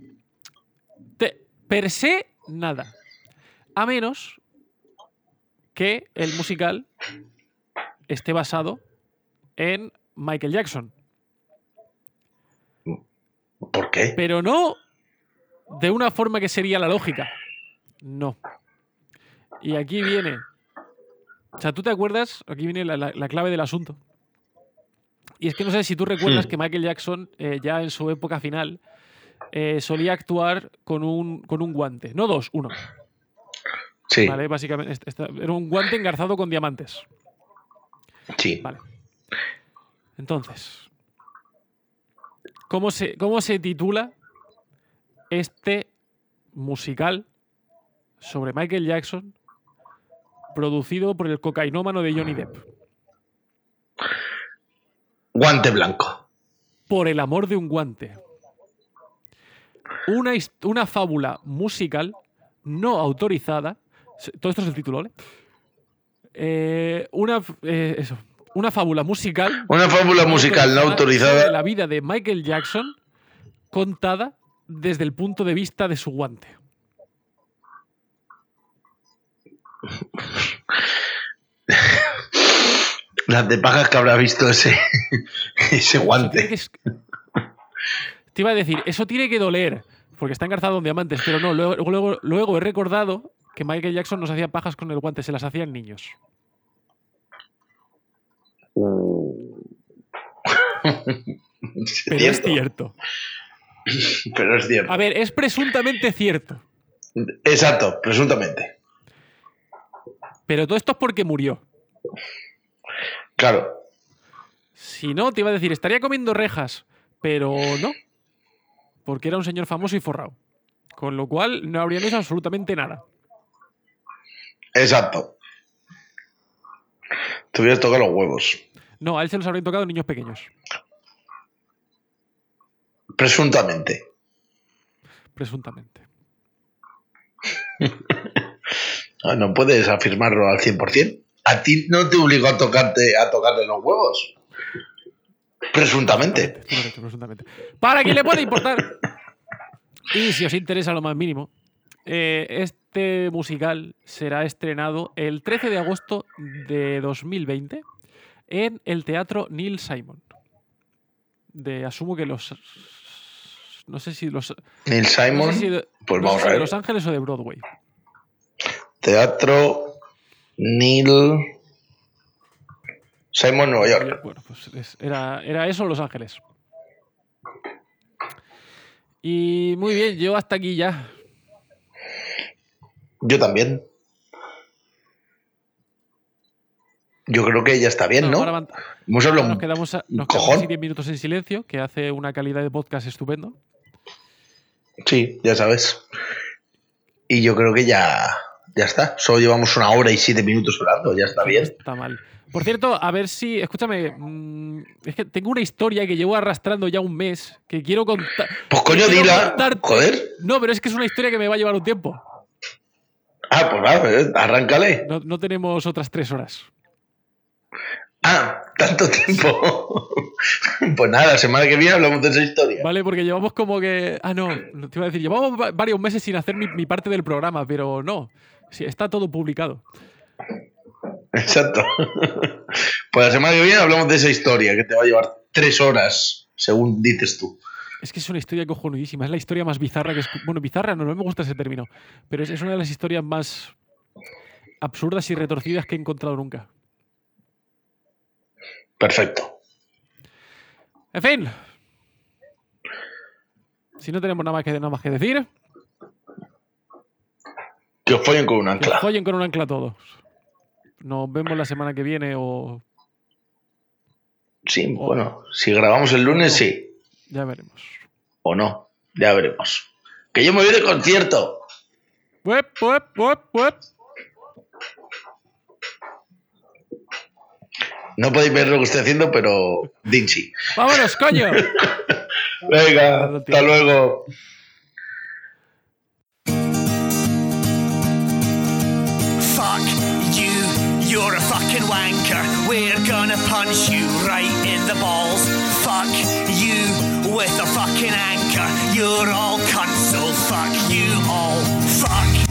Speaker 4: Te- per se, nada. A menos que el musical esté basado en Michael Jackson.
Speaker 5: ¿Por qué?
Speaker 4: Pero no de una forma que sería la lógica. No. Y aquí viene. O sea, tú te acuerdas, aquí viene la, la- la clave del asunto. Y es que no sé si tú recuerdas
Speaker 5: Hmm.
Speaker 4: que Michael Jackson, eh, ya en su época final, eh, solía actuar con un, con un guante. No dos, uno.
Speaker 5: Sí,
Speaker 4: ¿Vale? Básicamente, este- este- era un guante engarzado con diamantes.
Speaker 5: sí.
Speaker 4: Vale. Entonces, ¿cómo se, cómo se titula este musical sobre Michael Jackson producido por el cocainómano de Johnny Depp?
Speaker 5: Guante blanco.
Speaker 4: Por el amor de un guante. Una, his- una fábula musical no autorizada. se- Todo esto es el título, ¿vale? Eh, una, f- eh, eso, una fábula musical
Speaker 5: Una fábula musical no
Speaker 4: sobre
Speaker 5: autorizada.
Speaker 4: La vida de Michael Jackson contada desde el punto de vista de su guante.
Speaker 5: Las de pajas que habrá visto ese, ese
Speaker 4: Eso tiene
Speaker 5: guante.
Speaker 4: que es- Te iba a decir, eso tiene que doler, porque está engarzado en diamantes, pero no, luego, luego, luego he recordado que Michael Jackson nos hacía pajas con el guante, se las hacían niños. Pero es Ah. cierto.
Speaker 5: Pero es cierto.
Speaker 4: A ver, es presuntamente cierto,
Speaker 5: Exacto, presuntamente.
Speaker 4: pero todo esto es porque murió.
Speaker 5: Claro.
Speaker 4: Si no, te iba a decir, estaría comiendo rejas, pero no. Porque era un señor famoso y forrado. Con lo cual no habrían hecho absolutamente nada.
Speaker 5: Exacto. Te hubieras tocado los huevos.
Speaker 4: No, a él se los habrían tocado niños pequeños,
Speaker 5: Presuntamente.
Speaker 4: presuntamente.
Speaker 5: Ah, No puedes afirmarlo al 100%. A ti no te obligó a tocarte a tocarle los huevos. Presuntamente.
Speaker 4: Tú lo has hecho, presuntamente. Para quien le pueda importar. Y si os interesa lo más mínimo, eh, este musical será estrenado el 13 de agosto de 2020 en el Teatro Neil Simon. De asumo que los. No sé si los.
Speaker 5: Neil
Speaker 4: no
Speaker 5: Simon.
Speaker 4: sé si de-
Speaker 5: pues
Speaker 4: no sé
Speaker 5: vamos
Speaker 4: si
Speaker 5: a
Speaker 4: de
Speaker 5: ver.
Speaker 4: Los Ángeles o de Broadway.
Speaker 5: Teatro Neil Simon Nueva York.
Speaker 4: Bueno, pues es- era, era eso Los Ángeles. Y muy bien, yo hasta aquí ya.
Speaker 5: Yo también. Yo creo que ya está bien,
Speaker 4: Ahora
Speaker 5: ¿no?
Speaker 4: van-
Speaker 5: Hemos hablado
Speaker 4: nos
Speaker 5: un-
Speaker 4: quedamos, a- nos
Speaker 5: cojón.
Speaker 4: quedamos así 10 minutos en silencio, que hace una calidad de podcast estupendo.
Speaker 5: Sí, ya sabes. Y yo creo que ya, ya está. Solo llevamos una hora y siete minutos hablando. Ya está
Speaker 4: que no
Speaker 5: bien.
Speaker 4: Está mal. Por cierto, a ver si. Escúchame. mm, es que tengo una historia que llevo arrastrando ya un mes que quiero contar.
Speaker 5: Pues coño,
Speaker 4: quiero
Speaker 5: dila.
Speaker 4: contarte.
Speaker 5: Joder.
Speaker 4: No, pero es que es una historia que me va a llevar un tiempo.
Speaker 5: Ah, pues va, eh, arráncale.
Speaker 4: No, no tenemos otras tres horas.
Speaker 5: Ah, tanto tiempo. pues nada, la semana que viene hablamos de esa historia.
Speaker 4: ¿Vale? Porque llevamos como que. Ah, no, no, te iba a decir, llevamos va- varios meses sin hacer mi, mi parte del programa, pero no. Sí, está todo publicado.
Speaker 5: Exacto. pues la semana que viene hablamos de esa historia que te va a llevar tres horas, según dices tú.
Speaker 4: Es que es una historia cojonudísima. Es la historia más bizarra que es. Bueno, bizarra no, no me gusta ese término. Pero es, es una de las historias más absurdas y retorcidas que he encontrado nunca.
Speaker 5: Perfecto.
Speaker 4: En fin, Si no tenemos nada más que, nada más que decir,
Speaker 5: Que os follen con un
Speaker 4: que os
Speaker 5: ancla.
Speaker 4: follen con un ancla a todos. Nos vemos la semana que viene o Oh.
Speaker 5: Sí, bueno, si grabamos el lunes, sí.
Speaker 4: ya veremos.
Speaker 5: O no, ya veremos. Que yo me voy de concierto.
Speaker 4: Wep, wep, wep, wep.
Speaker 5: No podéis ver lo que estoy haciendo, pero Dinchi.
Speaker 4: Vámonos, coño.
Speaker 5: Venga, hasta luego.
Speaker 1: Fuck you, you're a fucking wanker. We're gonna punch you right in the balls. Fuck you with a fucking anchor. You're all cunts, so fuck you all. Fuck